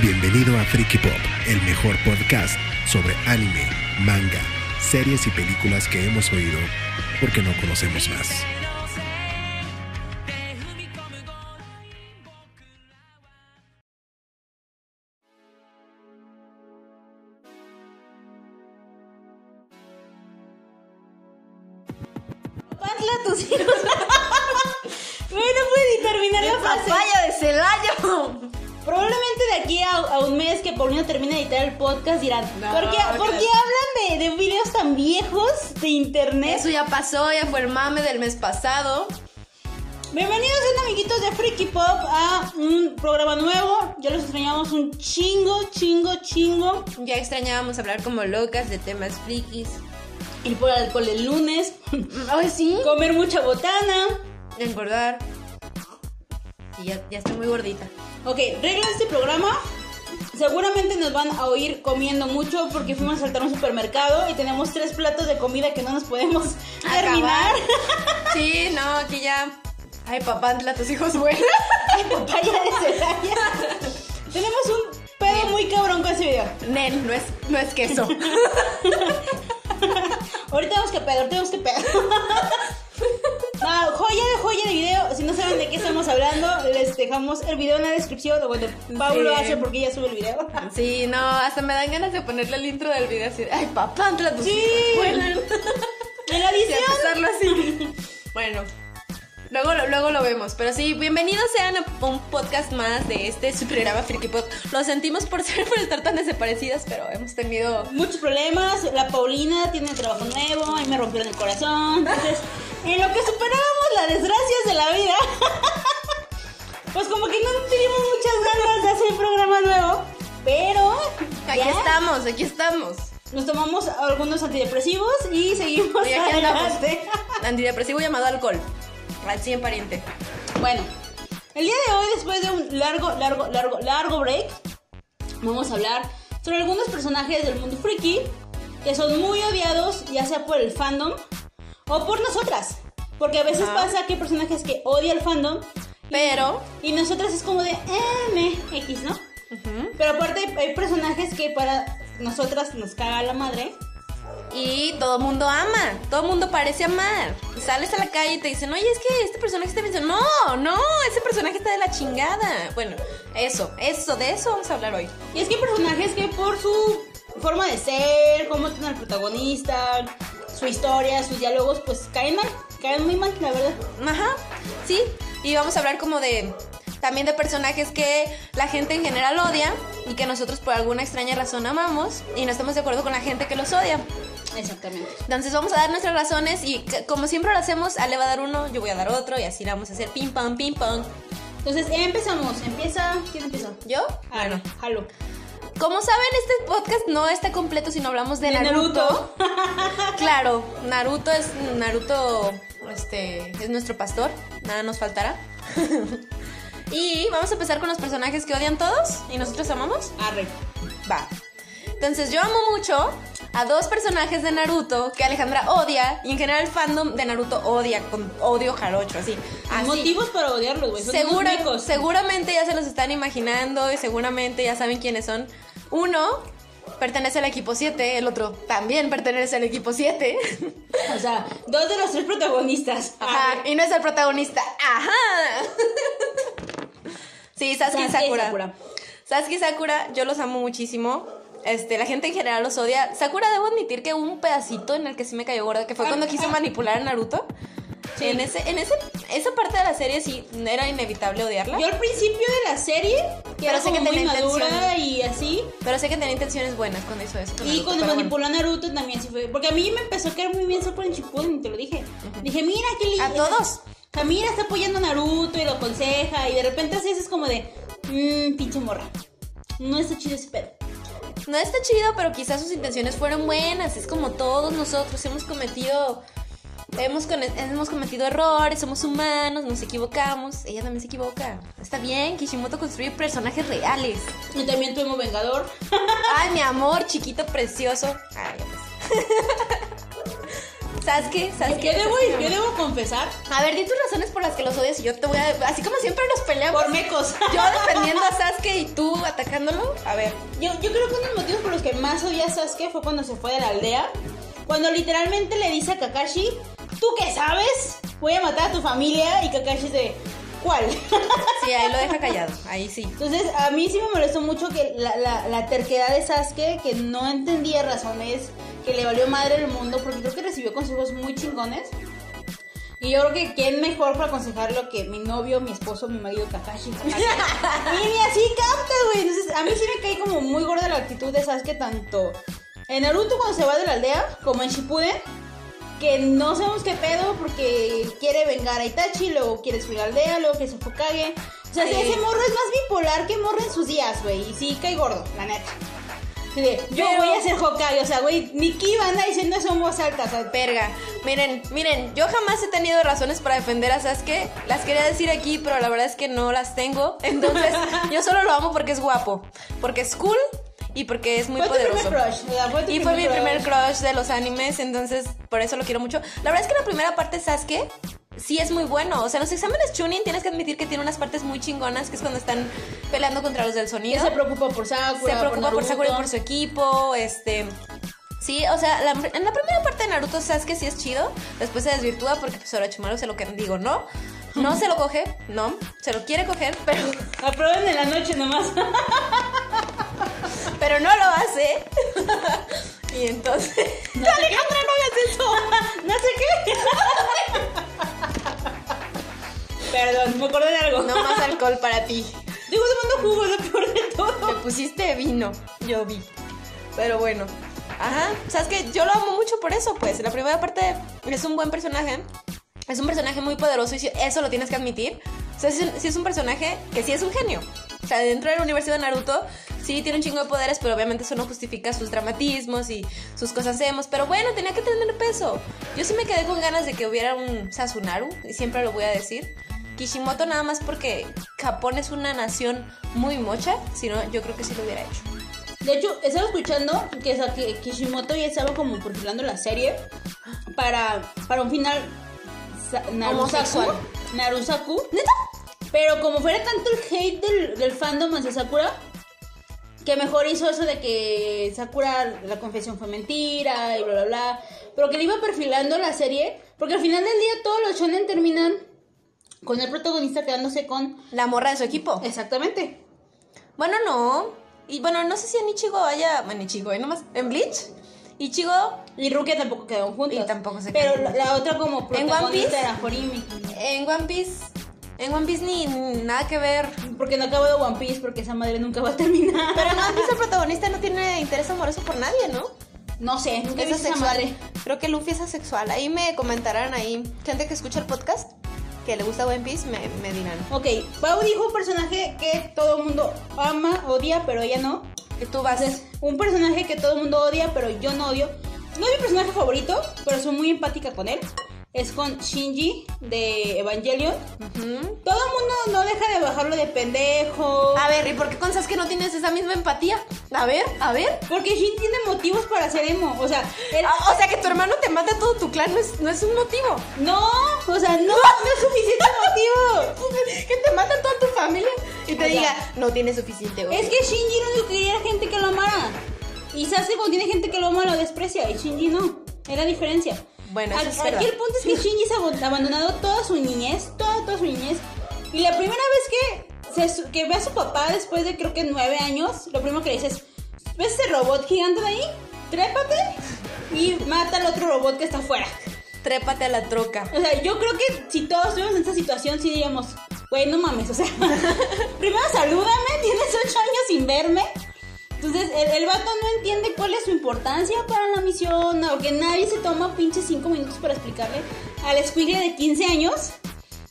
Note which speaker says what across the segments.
Speaker 1: Bienvenido a Friki Pop, el mejor podcast sobre anime, manga, series y películas que hemos oído porque no conocemos más.
Speaker 2: Parla a tus hijos. Güey, no puede ni terminar la frase.
Speaker 3: Papaya de Celayo.
Speaker 2: Probablemente de aquí a, a un mes que Paulina termine de editar el podcast dirán,
Speaker 3: No,
Speaker 2: ¿por qué,
Speaker 3: no
Speaker 2: por
Speaker 3: creo.
Speaker 2: qué hablan de, de videos tan viejos de internet?
Speaker 3: Eso ya pasó, ya fue el mame del mes pasado.
Speaker 2: Bienvenidos sean amiguitos de Freaky Pop a un programa nuevo. Ya los extrañamos un chingo, chingo, chingo.
Speaker 3: Ya extrañábamos hablar como locas de temas frikis.
Speaker 2: Ir por alcohol el lunes,
Speaker 3: Ay, Mm, sí.
Speaker 2: comer mucha botana.
Speaker 3: Engordar. Y ya, ya estoy muy gordita.
Speaker 2: Ok, reglas de este programa. Seguramente nos van a oír comiendo mucho porque fuimos a saltar a un supermercado y tenemos tres platos de comida que no nos podemos terminar.
Speaker 3: Acabar. Sí, no, aquí ya. Ay, papá, a tus hijos buenos.
Speaker 2: Ay, papaya de Celaya. tenemos un pedo muy cabrón con ese video.
Speaker 3: Nel, no es, no es queso.
Speaker 2: Ahorita vemos que pedo, ahorita vemos que pedo. No, joya de joya de video. Si no saben de qué estamos hablando, les dejamos el video en la descripción. O bueno, Pablo
Speaker 3: Sí.
Speaker 2: hace porque ella sube el video.
Speaker 3: Sí, no, hasta me dan ganas de ponerle el intro del video así. Ay, papá, a tus
Speaker 2: Sí.
Speaker 3: hijos buenos.
Speaker 2: En la
Speaker 3: Y
Speaker 2: edición.
Speaker 3: empezarlo así. Bueno, luego, lo- luego lo vemos. Pero sí, bienvenidos sean a un podcast más de este su programa Freaky Pod. Lo sentimos por ser por estar tan desaparecidas, pero hemos tenido.
Speaker 2: muchos problemas. La Paulina tiene trabajo nuevo y me rompió el corazón. Entonces, en lo que superábamos las desgracias de la vida, pues como que no teníamos muchas ganas de hacer programa nuevo, pero
Speaker 3: Aquí
Speaker 2: ya
Speaker 3: estamos, aquí estamos.
Speaker 2: nos tomamos algunos antidepresivos y seguimos
Speaker 3: Y aquí andamos.
Speaker 2: adelante.
Speaker 3: Antidepresivo llamado alcohol. Al 100 pariente.
Speaker 2: Bueno, el día de hoy, después de un largo, largo, largo, largo break, vamos a hablar sobre algunos personajes del mundo friki que son muy odiados, ya sea por el fandom o por nosotras. Porque a veces
Speaker 3: Ajá.
Speaker 2: pasa que hay personajes que odia el fandom
Speaker 3: Pero.
Speaker 2: y nosotras es como de M, X, ¿no?
Speaker 3: ujú,
Speaker 2: Pero aparte hay- hay personajes que para nosotras nos caga la madre.
Speaker 3: Y todo mundo ama, todo mundo parece amar. Sales a la calle y te dicen, oye, es que este personaje está bien. No, no, ese personaje está de la chingada. Bueno, eso, eso, de eso vamos a hablar hoy.
Speaker 2: Y es que hay personajes que por su forma de ser, cómo tiene al protagonista, su historia, sus diálogos, pues caen mal, caen muy mal, la verdad.
Speaker 3: Ajá, sí. Y vamos a hablar como de también de personajes que la gente en general odia y que nosotros por alguna extraña razón amamos y no estamos de acuerdo con la gente que los odia.
Speaker 2: Exactamente.
Speaker 3: Entonces vamos a dar nuestras razones y c- como siempre lo hacemos, Ale va a dar uno, yo voy a dar otro y así la vamos a hacer ping pong, ping pong.
Speaker 2: Entonces empezamos, empieza, ¿quién empieza?
Speaker 3: ¿Yo?
Speaker 2: Ah, no, jalo.
Speaker 3: Como saben, este podcast no está completo si no hablamos de,
Speaker 2: De Naruto.
Speaker 3: Naruto. claro, Naruto es Naruto este es nuestro pastor, nada nos faltará. y vamos a empezar con los personajes que odian todos y nosotros amamos.
Speaker 2: Arre.
Speaker 3: Va. Entonces, yo amo mucho a dos personajes de Naruto que Alejandra odia y en general el fandom de Naruto odia con odio jarocho, así. así.
Speaker 2: Motivos para odiarlos, güey. Ah, Pues son unos
Speaker 3: Segura-
Speaker 2: mecos.
Speaker 3: seguramente ya se los están imaginando y seguramente ya saben quiénes son. Uno pertenece al equipo 7, el otro también pertenece al equipo 7.
Speaker 2: O sea, dos de los tres protagonistas.
Speaker 3: Ajá,
Speaker 2: Arre.
Speaker 3: y no es el protagonista. Ajá. Sí, Sasuke
Speaker 2: Sasuke
Speaker 3: y
Speaker 2: y
Speaker 3: Sakura.
Speaker 2: Sakura.
Speaker 3: Sasuke y Sakura, yo los amo muchísimo. Este, la gente en general los odia. Sakura, debo admitir que hubo un pedacito en el que sí me cayó gorda, que fue cuando quiso manipular a Naruto.
Speaker 2: Sí.
Speaker 3: En, ese, en ese, esa parte de la serie sí era inevitable odiarla.
Speaker 2: Yo al principio de la serie, que
Speaker 3: Pero
Speaker 2: era
Speaker 3: sé
Speaker 2: como
Speaker 3: que
Speaker 2: muy
Speaker 3: tenía
Speaker 2: madura
Speaker 3: intención.
Speaker 2: y así,
Speaker 3: Pero sé que tenía intenciones buenas cuando hizo eso. con
Speaker 2: Y
Speaker 3: Naruto,
Speaker 2: cuando
Speaker 3: pero
Speaker 2: manipuló a Naruto también se fue. Porque a mí me empezó a caer muy bien Sakura en Shippuden, te lo dije. Dije, mira qué lindo.
Speaker 3: ¿A todos?
Speaker 2: Camila está apoyando a Naruto y lo aconseja. Y de repente así es como de, mmm, pinche morra. No está chido ese pedo.
Speaker 3: bueno. No está chido, pero quizás sus intenciones fueron buenas. Es como todos nosotros hemos cometido. Hemos, con- hemos cometido errores, somos humanos, nos equivocamos. Ella también se equivoca. Está bien, Kishimoto construye personajes reales.
Speaker 2: Y también tuvimos Vengador.
Speaker 3: Ay, mi amor, chiquito, precioso. Ay, ya ves. Sasuke, Sasuke.
Speaker 2: Yo debo,
Speaker 3: Sasuke,
Speaker 2: yo debo confesar,
Speaker 3: Pues, A ver, di tus razones por las que los odias y yo te voy a. Así como siempre nos peleamos.
Speaker 2: por mecos.
Speaker 3: Yo defendiendo a Sasuke y tú atacándolo. A ver.
Speaker 2: Yo, yo creo que uno de los motivos por los que más odia a Sasuke fue cuando se fue de la aldea. Cuando literalmente le dice a Kakashi, ¿tú qué sabes? Voy a matar a tu familia. Y Kakashi dice, ¿cuál?
Speaker 3: Sí, ahí lo deja callado. Ahí sí.
Speaker 2: Entonces, a mí sí me molestó mucho que la, la- la terquedad de Sasuke, que no entendía razones, que le valió madre el mundo, porque creo que recibió consejos muy chingones. Y yo creo que quién mejor para aconsejarlo que mi novio, mi esposo, mi marido Kakashi. Kakashi. y ni así capta, güey. Entonces, a mí sí me cae como muy gorda la actitud de Sasuke, tanto en Naruto cuando se va de la aldea, como en Shippuden. Que no sabemos qué pedo porque quiere vengar a Itachi, luego quiere subir a la aldea, luego que se Hokage. O sea,
Speaker 3: Sí.
Speaker 2: ese morro es más bipolar que morro en sus días, güey. Y sí, cae gordo, la neta. Así de, yo
Speaker 3: Pero-
Speaker 2: voy a ser Hokage, o sea, güey, Nikki anda diciendo eso en voz alta, o sea,
Speaker 3: Verga. Miren, miren, yo jamás he tenido razones para defender a Sasuke. Las quería decir aquí, pero la verdad es que no las tengo. Entonces, yo solo lo amo porque es guapo, porque es cool y porque es muy
Speaker 2: fue tu primer
Speaker 3: poderoso.
Speaker 2: crush, o sea, fue tu
Speaker 3: Y fue mi primer
Speaker 2: crush.
Speaker 3: crush de los animes, entonces por eso lo quiero mucho. La verdad es que la primera parte, Sasuke, sí es muy bueno. O sea, en los exámenes Chunin tienes que admitir que tiene unas partes muy chingonas, que es cuando están peleando contra los del
Speaker 2: Que
Speaker 3: sonido.
Speaker 2: se preocupa por Sakura,
Speaker 3: Se preocupa por
Speaker 2: Naruto.
Speaker 3: Sakura y por su equipo, este... Sí, o sea, la- en la primera parte de Naruto Sasuke sí es chido, después se desvirtúa porque pues Orochimaru se lo que digo, no, no se lo coge, no, se lo quiere coger, pero,
Speaker 2: Aprueben en la noche nomás.
Speaker 3: pero no lo hace. y entonces...
Speaker 2: Alejandra, no hagas eso. no sé qué. Perdón, me acordé de algo.
Speaker 3: No más alcohol para ti.
Speaker 2: Digo, tomando jugo, es lo peor de
Speaker 3: Me
Speaker 2: todo.
Speaker 3: pusiste vino, yo vi. Pero bueno. Ajá, sabes que yo lo amo mucho por eso, pues. La primera parte es un buen personaje. Es un personaje muy poderoso y si- eso lo tienes que admitir. O sea, sí es un- sí es un personaje que sí es un genio. O sea, dentro del universo de Naruto sí tiene un chingo de poderes, pero obviamente eso no justifica sus dramatismos y sus cosas hacemos. Pero bueno, tenía que tener peso. Yo sí me quedé con ganas de que hubiera un Sasunaru, y siempre lo voy a decir. Kishimoto nada más porque Japón es una nación muy mocha, si no, yo creo que sí lo hubiera hecho.
Speaker 2: Pues, De hecho, estaba escuchando que, sa- que Kishimoto ya estaba como perfilando la serie para, para un final sa- Narusaku.
Speaker 3: Homosexual.
Speaker 2: Narusaku. Pero como fuera tanto el hate del, del fandom hacia Sakura, que mejor hizo eso de que Sakura, la confesión fue mentira y bla, bla, bla. Pero que le iba perfilando la serie, porque al final del día todos los shonen terminan con el protagonista quedándose con...
Speaker 3: La morra de su equipo.
Speaker 2: Exactamente.
Speaker 3: Bueno, no. Y bueno, no sé si en Ichigo haya. Bueno, Ichigo, ¿eh? nomás. En Bleach. Ichigo.
Speaker 2: Y Rukia tampoco quedaron juntos.
Speaker 3: Y tampoco se
Speaker 2: Pero la,
Speaker 3: quedaron
Speaker 2: la otra como
Speaker 3: One
Speaker 2: protagonista
Speaker 3: Piece?
Speaker 2: era Horimi.
Speaker 3: En One Piece. En One Piece ni ni nada que ver.
Speaker 2: Porque no acabo de One Piece porque esa madre nunca va a terminar.
Speaker 3: Pero en One Piece el protagonista no tiene interés amoroso por nadie, ¿no?
Speaker 2: No sé, nunca he
Speaker 3: Es
Speaker 2: visto esa
Speaker 3: asexual.
Speaker 2: madre.
Speaker 3: Creo que Luffy es asexual. Ahí me comentarán ahí. Gente que escucha el podcast, que le gusta One Piece, me, me dirán.
Speaker 2: Ok, Pau dijo un personaje que todo el mundo ama, odia, pero ella no.
Speaker 3: Que tú vas.
Speaker 2: Entonces, un personaje que todo el mundo odia, pero yo no odio. No es mi personaje favorito, pero soy muy empática con él. Es con Shinji de Evangelion.
Speaker 3: Ujú.
Speaker 2: Todo el mundo no deja de bajarlo de pendejo.
Speaker 3: A ver, ¿y por qué con Sasuke no tienes esa misma empatía? A ver, a ver.
Speaker 2: Porque Shinji tiene motivos para ser emo. O sea, él-
Speaker 3: Ah, O sea, que tu hermano te mata a todo tu clan no es, no es un motivo.
Speaker 2: No, o sea, no, no es suficiente motivo.
Speaker 3: que te mata a toda tu familia y te
Speaker 2: O sea,
Speaker 3: diga, no tienes suficiente. güey".
Speaker 2: Es que Shinji lo único que quería era gente que lo amara. Y Sasuke cuando tiene gente que lo ama lo desprecia y Shinji no. Es la diferencia.
Speaker 3: Bueno, eso
Speaker 2: Aquí-
Speaker 3: es
Speaker 2: aquí
Speaker 3: verdad.
Speaker 2: el punto es que Shinji se ha abo- abandonado toda su niñez, toda, toda su niñez. Y la primera vez que, se su- que ve a su papá después de creo que nueve años, lo primero que le dice es, ¿ves ese robot gigante de ahí? Trépate y mata al otro robot que está afuera.
Speaker 3: Trépate a la troca.
Speaker 2: O sea, yo creo que si todos estuvimos en esta situación, sí diríamos, güey, no mames, o sea, primero salúdame, tienes ocho años sin verme. Entonces, el, el vato no entiende cuál es su importancia para la misión, o que nadie se toma pinches cinco minutos para explicarle al escuincle de 15 años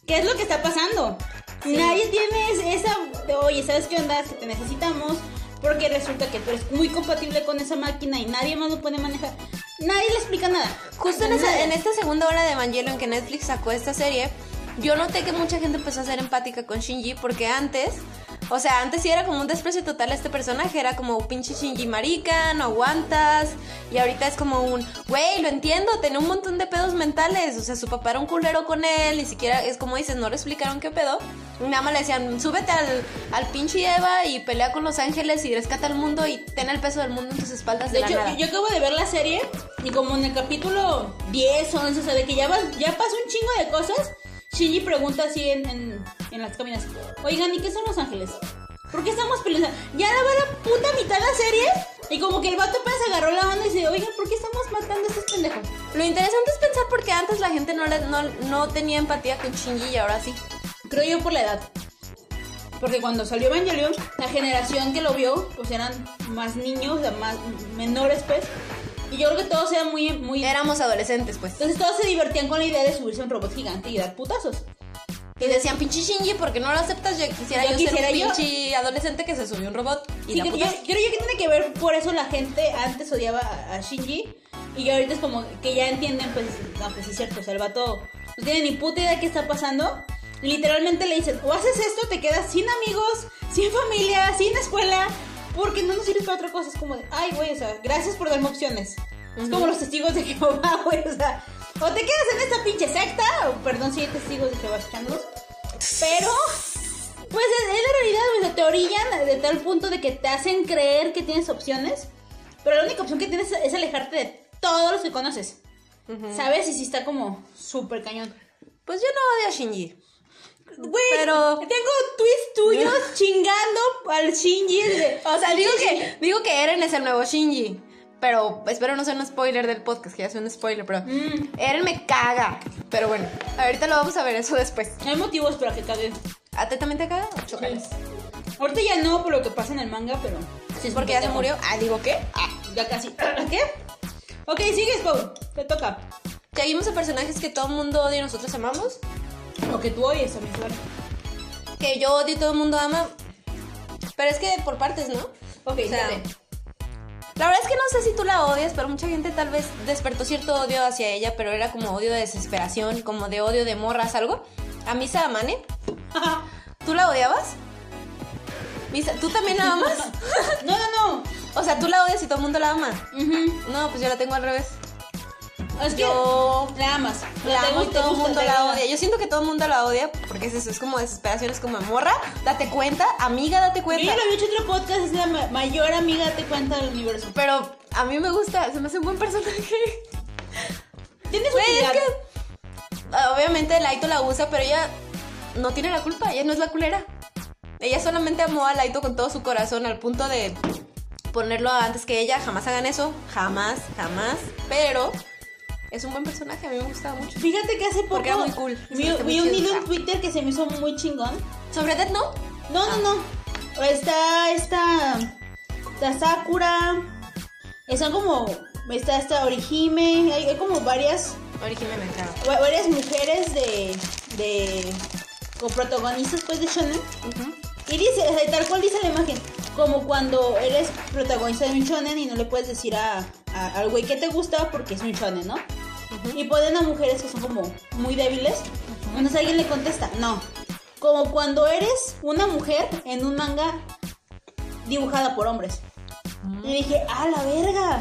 Speaker 2: qué es lo que está pasando.
Speaker 3: Sí.
Speaker 2: Nadie tiene es- esa de, oye, ¿sabes qué onda? Es que te necesitamos porque resulta que tú eres muy compatible con esa máquina y nadie más lo puede manejar. Nadie le explica nada.
Speaker 3: Justo en, esa-
Speaker 2: Nadie.
Speaker 3: en esta segunda hora de Evangelion que Netflix sacó esta serie, yo noté que mucha gente empezó a ser empática con Shinji porque antes O sea, antes sí era como un desprecio total a este personaje, era como pinche Shinji marica, no aguantas. Y ahorita es como un, güey, lo entiendo, tenía un montón de pedos mentales. O sea, su papá era un culero con él, ni siquiera, es como dices, no le explicaron qué pedo. Nada más le decían, súbete al, al pinche Eva y pelea con los ángeles y rescata al mundo y ten el peso del mundo en tus espaldas
Speaker 2: De
Speaker 3: de, la
Speaker 2: hecho,
Speaker 3: nada.
Speaker 2: yo, yo acabo de ver la serie y como en el capítulo 10, 11, o sea, de que ya, va- ya pasó un chingo de cosas, Shinji pregunta así en, en, en las cabinas, oigan, ¿y qué son los ángeles? ¿Por qué estamos peleando? O sea, Ya la va la puta mitad de la serie y como que el vato apenas agarró la banda y dice, oigan, ¿por qué estamos matando a estos pendejos?
Speaker 3: Lo interesante es pensar porque antes la gente no, le- no, no tenía empatía con Shinji y ahora sí.
Speaker 2: Creo yo por la edad. Porque cuando salió Evangelion, la generación que lo vio, pues eran más niños, o sea, más menores, pues. Y yo creo que todos eran muy, muy
Speaker 3: Éramos adolescentes, pues.
Speaker 2: Entonces todos se divertían con la idea de subirse a un robot gigante y dar putazos.
Speaker 3: Y decían, pinche Shinji, ¿por qué no lo aceptas? Yo quisiera
Speaker 2: Yo
Speaker 3: yo,
Speaker 2: quisiera
Speaker 3: ser
Speaker 2: yo.
Speaker 3: un pinche adolescente que se subió a un robot y
Speaker 2: Sí,
Speaker 3: la
Speaker 2: creo,
Speaker 3: puta.
Speaker 2: yo- creo yo que tiene que ver por eso la gente antes odiaba a, a Shinji y que ahorita es como que ya entienden, pues, no, pues sí es cierto, o sea, el vato no tiene ni puta idea de qué está pasando. Y Literalmente le dicen, o haces esto, te quedas sin amigos, sin familia, sin escuela, porque no nos sirves para otra cosa. Es como de, ay, güey, o sea, gracias por darme opciones. Es como los testigos de Jehová, güey, o sea, o te quedas en esta pinche secta, o perdón, si hay testigos de Jehová escuchándonos, pero... Pues es, es la realidad, güey, o sea, te orillan de tal punto de que te hacen creer que tienes opciones, pero la única opción que tienes es alejarte de todos los que conoces. ¿Sabes? Y si está como súper cañón.
Speaker 3: Pues yo no odio a Shinji.
Speaker 2: Güey,
Speaker 3: Pero-
Speaker 2: tengo tweets tuyos chingando al Shinji. de-
Speaker 3: O sea, digo que, digo que Eren es el nuevo Shinji. Pero espero no sea un spoiler del podcast, que ya sea un spoiler, pero
Speaker 2: Mm.
Speaker 3: Eren me caga. Pero bueno, ahorita lo vamos a ver eso después.
Speaker 2: Hay motivos para que cague.
Speaker 3: ¿A ti también te caga? o chócalas?
Speaker 2: Ahorita ya no por lo que pasa en el manga, pero... sí es
Speaker 3: ¿Es
Speaker 2: un
Speaker 3: porque ya se
Speaker 2: tema.
Speaker 3: murió? Ah, digo, ¿qué?
Speaker 2: Ah, ya casi. ¿Qué? Ok, sigues, Pau. Te toca.
Speaker 3: Seguimos a personajes que todo el mundo odia y nosotros amamos.
Speaker 2: Lo que tú oyes, a mi flor.
Speaker 3: Que yo odio y todo el mundo ama. Pero es que por partes, ¿no?
Speaker 2: Ok,
Speaker 3: O sea,
Speaker 2: dale.
Speaker 3: La verdad es que no sé si tú la odias, pero mucha gente tal vez despertó cierto odio hacia ella, pero era como odio de desesperación, como de odio de morras, algo. A Misa Amane, ¿tú la odiabas? Misa, ¿tú también la amas?
Speaker 2: no, no, no.
Speaker 3: O sea, tú la odias y todo el mundo la ama.
Speaker 2: Ujú.
Speaker 3: No, pues yo la tengo al revés.
Speaker 2: Es que
Speaker 3: Yo
Speaker 2: la amas.
Speaker 3: la
Speaker 2: Te
Speaker 3: amo y
Speaker 2: gusta,
Speaker 3: todo el
Speaker 2: gusta,
Speaker 3: mundo
Speaker 2: te
Speaker 3: la
Speaker 2: agrada.
Speaker 3: odia. Yo siento que todo el mundo la odia porque es eso, es como desesperación, es como morra, date cuenta, amiga, date
Speaker 2: Yo
Speaker 3: cuenta.
Speaker 2: ya lo había hecho en otro podcast, es la ma- mayor amiga te cuenta del universo.
Speaker 3: Pero a mí me gusta, se me hace un buen personaje.
Speaker 2: Tienes
Speaker 3: Güey, es
Speaker 2: utilidad.
Speaker 3: que ah, obviamente Laito la usa, pero ella no tiene la culpa, ella no es la culera. Ella solamente amó a Laito con todo su corazón al punto de ponerlo antes que ella, jamás hagan eso, jamás, jamás, pero es un buen personaje, a mí me gusta mucho.
Speaker 2: Fíjate que hace poco
Speaker 3: Porque era muy cool. Se me
Speaker 2: vi,
Speaker 3: hace muy
Speaker 2: vi un
Speaker 3: chido.
Speaker 2: hilo en Twitter que se me hizo muy chingón.
Speaker 3: Sobre Death Note,
Speaker 2: No,
Speaker 3: Ah.
Speaker 2: no, no. Está esta. Está Sakura. Están como. Está esta Orihime. Hay, hay como varias.
Speaker 3: originalmente ah. me encanta.
Speaker 2: va- Varias mujeres de. de. como protagonistas pues de Shonen. Y dice, o sea, tal cual dice la imagen, como cuando eres protagonista de un shonen y no le puedes decir a, a- al güey que te gusta porque es un shonen, ¿no? Y ponen a mujeres que son como muy débiles. Entonces alguien le contesta, no. Como cuando eres una mujer en un manga dibujada por hombres. Y dije, ah, la verga.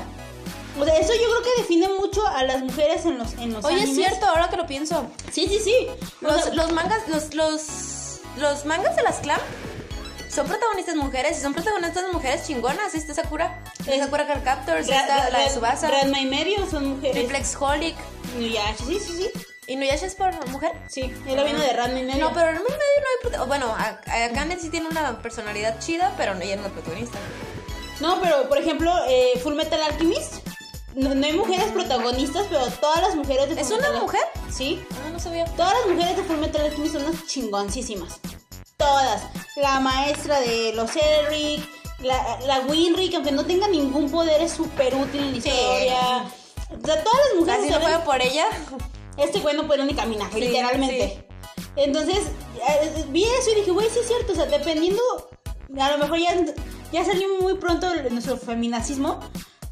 Speaker 2: O sea, eso yo creo que define mucho a las mujeres en los en los
Speaker 3: Oye, es
Speaker 2: animes.
Speaker 3: cierto, ahora que lo pienso.
Speaker 2: Sí, sí, sí. O
Speaker 3: Los,
Speaker 2: sea,
Speaker 3: los mangas, los, los, los mangas de las clan son protagonistas mujeres y son protagonistas mujeres chingonas. Está Sakura,
Speaker 2: Es-
Speaker 3: está Sakura Card Captors,
Speaker 2: Ra-
Speaker 3: está
Speaker 2: Ra-
Speaker 3: la de
Speaker 2: Ra-
Speaker 3: Subasa,
Speaker 2: Ranma y medio son mujeres.
Speaker 3: Triplex Holic.
Speaker 2: Inuyasha, sí, sí, sí.
Speaker 3: ¿Y Nuyasha es por mujer?
Speaker 2: Sí, ella viene de Ranma y medio.
Speaker 3: No, pero en medio no hay prota- Bueno, a- a- Akane sí tiene una personalidad chida, pero no, ella no es la protagonista.
Speaker 2: No, pero, por ejemplo, eh, Full Metal Alchemist. No, no hay mujeres protagonistas, pero todas las mujeres de
Speaker 3: ¿Es
Speaker 2: Full
Speaker 3: una
Speaker 2: Metal-
Speaker 3: mujer?
Speaker 2: Sí.
Speaker 3: Ah, no sabía.
Speaker 2: Todas las mujeres de Full Metal Alchemist son unas chingoncísimas. Todas. La maestra de los Eric, la, la Winry, que aunque no tenga ningún poder, es súper útil en la
Speaker 3: Sí.
Speaker 2: historia. O sea, todas las
Speaker 3: O sea,
Speaker 2: mujeres.
Speaker 3: si no
Speaker 2: saben-
Speaker 3: fuera por ella.
Speaker 2: este güey no puede ni caminar,
Speaker 3: Sí,
Speaker 2: literalmente. Entonces, eh, vi eso y dije, güey, sí es cierto, o sea, dependiendo, a lo mejor ya, ya salió muy pronto el- nuestro feminacismo,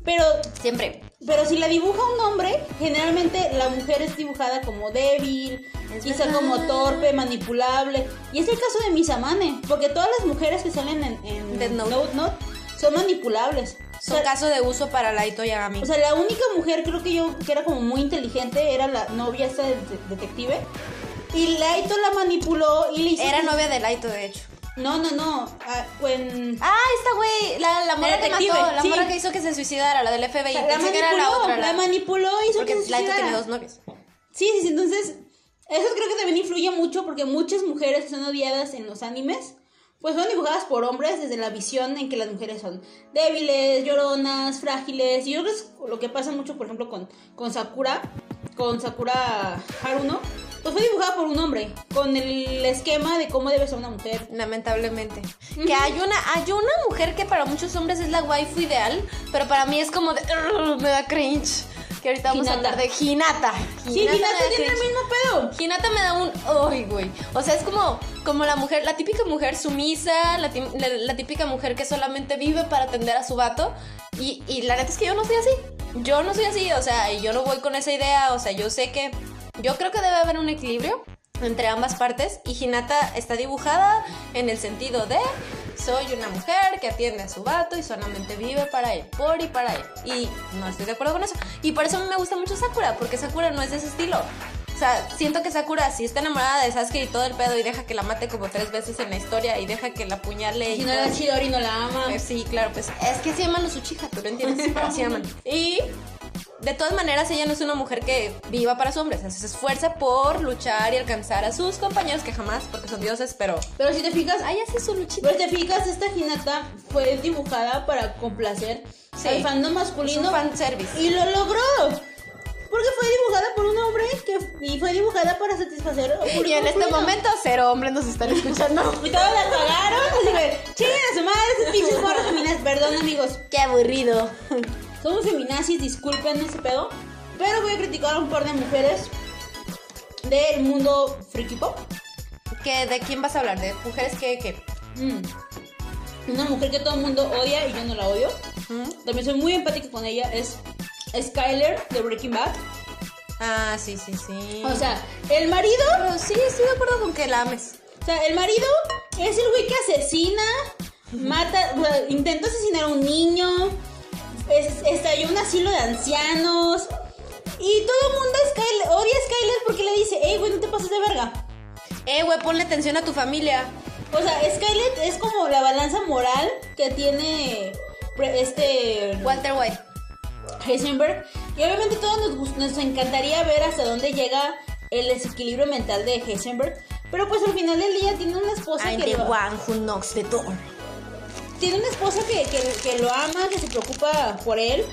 Speaker 2: pero
Speaker 3: Siempre.
Speaker 2: Pero si la dibuja un hombre, generalmente la mujer es dibujada como débil,
Speaker 3: Es
Speaker 2: quizá
Speaker 3: verdad.
Speaker 2: como torpe, manipulable. Y es el caso de Misamane, porque todas las mujeres que salen en, en
Speaker 3: Death Note.
Speaker 2: Note son manipulables. O
Speaker 3: Son
Speaker 2: sea,
Speaker 3: caso de uso para Laito Yagami.
Speaker 2: o sea, la única mujer creo que yo que era como muy inteligente era la novia esta del de- detective. Y Laito la manipuló y le hizo.
Speaker 3: Era
Speaker 2: que-
Speaker 3: novia de Laito, de hecho.
Speaker 2: No, no, no. ah, en-
Speaker 3: Ah, esta güey, la, la morra que
Speaker 2: detective,
Speaker 3: mató, la
Speaker 2: sí.
Speaker 3: morra que hizo que se suicidara, la del FBI.
Speaker 2: la
Speaker 3: Pensé
Speaker 2: manipuló,
Speaker 3: que era la otra.
Speaker 2: la manipuló y hizo
Speaker 3: Porque
Speaker 2: que se
Speaker 3: Laito
Speaker 2: suicidara.
Speaker 3: tenía dos novios.
Speaker 2: Sí, sí, sí, entonces eso creo que también influye mucho porque muchas mujeres que son odiadas en los animes, pues son dibujadas por hombres desde la visión en que las mujeres son débiles, lloronas, frágiles. Y yo creo que es lo que pasa mucho, por ejemplo, con, con Sakura, con Sakura Haruno, pues fue dibujada por un hombre, con el esquema de cómo debe ser una mujer.
Speaker 3: Lamentablemente. Que hay una, hay una mujer que para muchos hombres es la waifu ideal, pero para mí es como de. "Ugh, Me da cringe. Que ahorita vamos
Speaker 2: Hinata.
Speaker 3: a hablar de Hinata.
Speaker 2: Sí,
Speaker 3: me
Speaker 2: Hinata
Speaker 3: da
Speaker 2: tiene el
Speaker 3: cringe.
Speaker 2: mismo pedo.
Speaker 3: Hinata me da un. ¡Ay, güey! O sea, es como, como la mujer, la típica mujer sumisa, la, tim- la- la típica mujer que solamente vive para atender a su vato. Y, y la neta es que yo no soy así. Yo no soy así, o sea, y yo no voy con esa idea. O sea, yo sé que. Yo creo que debe haber un equilibrio entre ambas partes. Y Hinata está dibujada en el sentido de. Soy una mujer que atiende a su vato y solamente vive para él, por y para él. Y no estoy de acuerdo con eso. Y por eso a mí me gusta mucho Sakura, porque Sakura no es de ese estilo. O sea, siento que Sakura si está enamorada de Sasuke y todo el pedo y deja que la mate como tres veces en la historia y deja que la apuñale y
Speaker 2: Si no
Speaker 3: todo.
Speaker 2: la Chidori no la ama.
Speaker 3: Eh, Sí, claro, pues es que se llaman los Uchiha, tú lo entiendes, se llaman. Y de todas maneras ella no es una mujer que viva para sus hombres, o sea, se esfuerza por luchar y alcanzar a sus compañeros que jamás, porque son dioses, pero...
Speaker 2: Pero si te fijas,
Speaker 3: Ay, hace su luchita.
Speaker 2: Pero te fijas, esta Hinata fue dibujada para complacer
Speaker 3: Sí.
Speaker 2: al fandom
Speaker 3: Es un
Speaker 2: masculino
Speaker 3: fanservice.
Speaker 2: y lo logró. Porque fue dibujada por un hombre que, y fue dibujada para satisfacer. al
Speaker 3: Y
Speaker 2: público
Speaker 3: en este
Speaker 2: masculino.
Speaker 3: momento cero hombres nos están escuchando.
Speaker 2: Y todos la pagaron. Así que, chinguen a su madre, esos pinches morros feminazis. Perdón, amigos.
Speaker 3: Qué aburrido.
Speaker 2: Somos feminazis, disculpen ese pedo. Pero voy a criticar a un par de mujeres del mundo friki pop.
Speaker 3: ¿Qué, ¿De quién vas a hablar? ¿De mujeres que...? que
Speaker 2: Mm. Una mujer que todo el mundo odia y yo no la odio.
Speaker 3: ¿Mm?
Speaker 2: También soy muy empática con ella. Es Skyler de Breaking Bad.
Speaker 3: Ah, sí, sí, sí.
Speaker 2: O sea, el marido.
Speaker 3: pero sí, estoy de acuerdo con que la ames.
Speaker 2: O sea, el marido es el güey que asesina, mata, o sea, intentó asesinar a un niño, es- estalló un asilo de ancianos. Y todo el mundo a Skyler- odia a Skyler porque le dice, hey, güey, no te pases de verga.
Speaker 3: Eh, güey, ponle atención a tu familia.
Speaker 2: O sea, Skyler es como la balanza moral que tiene pre- este
Speaker 3: Walter White.
Speaker 2: Heisenberg. Y obviamente todos nos, gust- nos encantaría ver hasta dónde llega el desequilibrio mental de Heisenberg. Pero pues al final del día tiene una esposa que lo,
Speaker 3: one who knocks the door.
Speaker 2: tiene una esposa que, que- que lo ama, que se preocupa por él.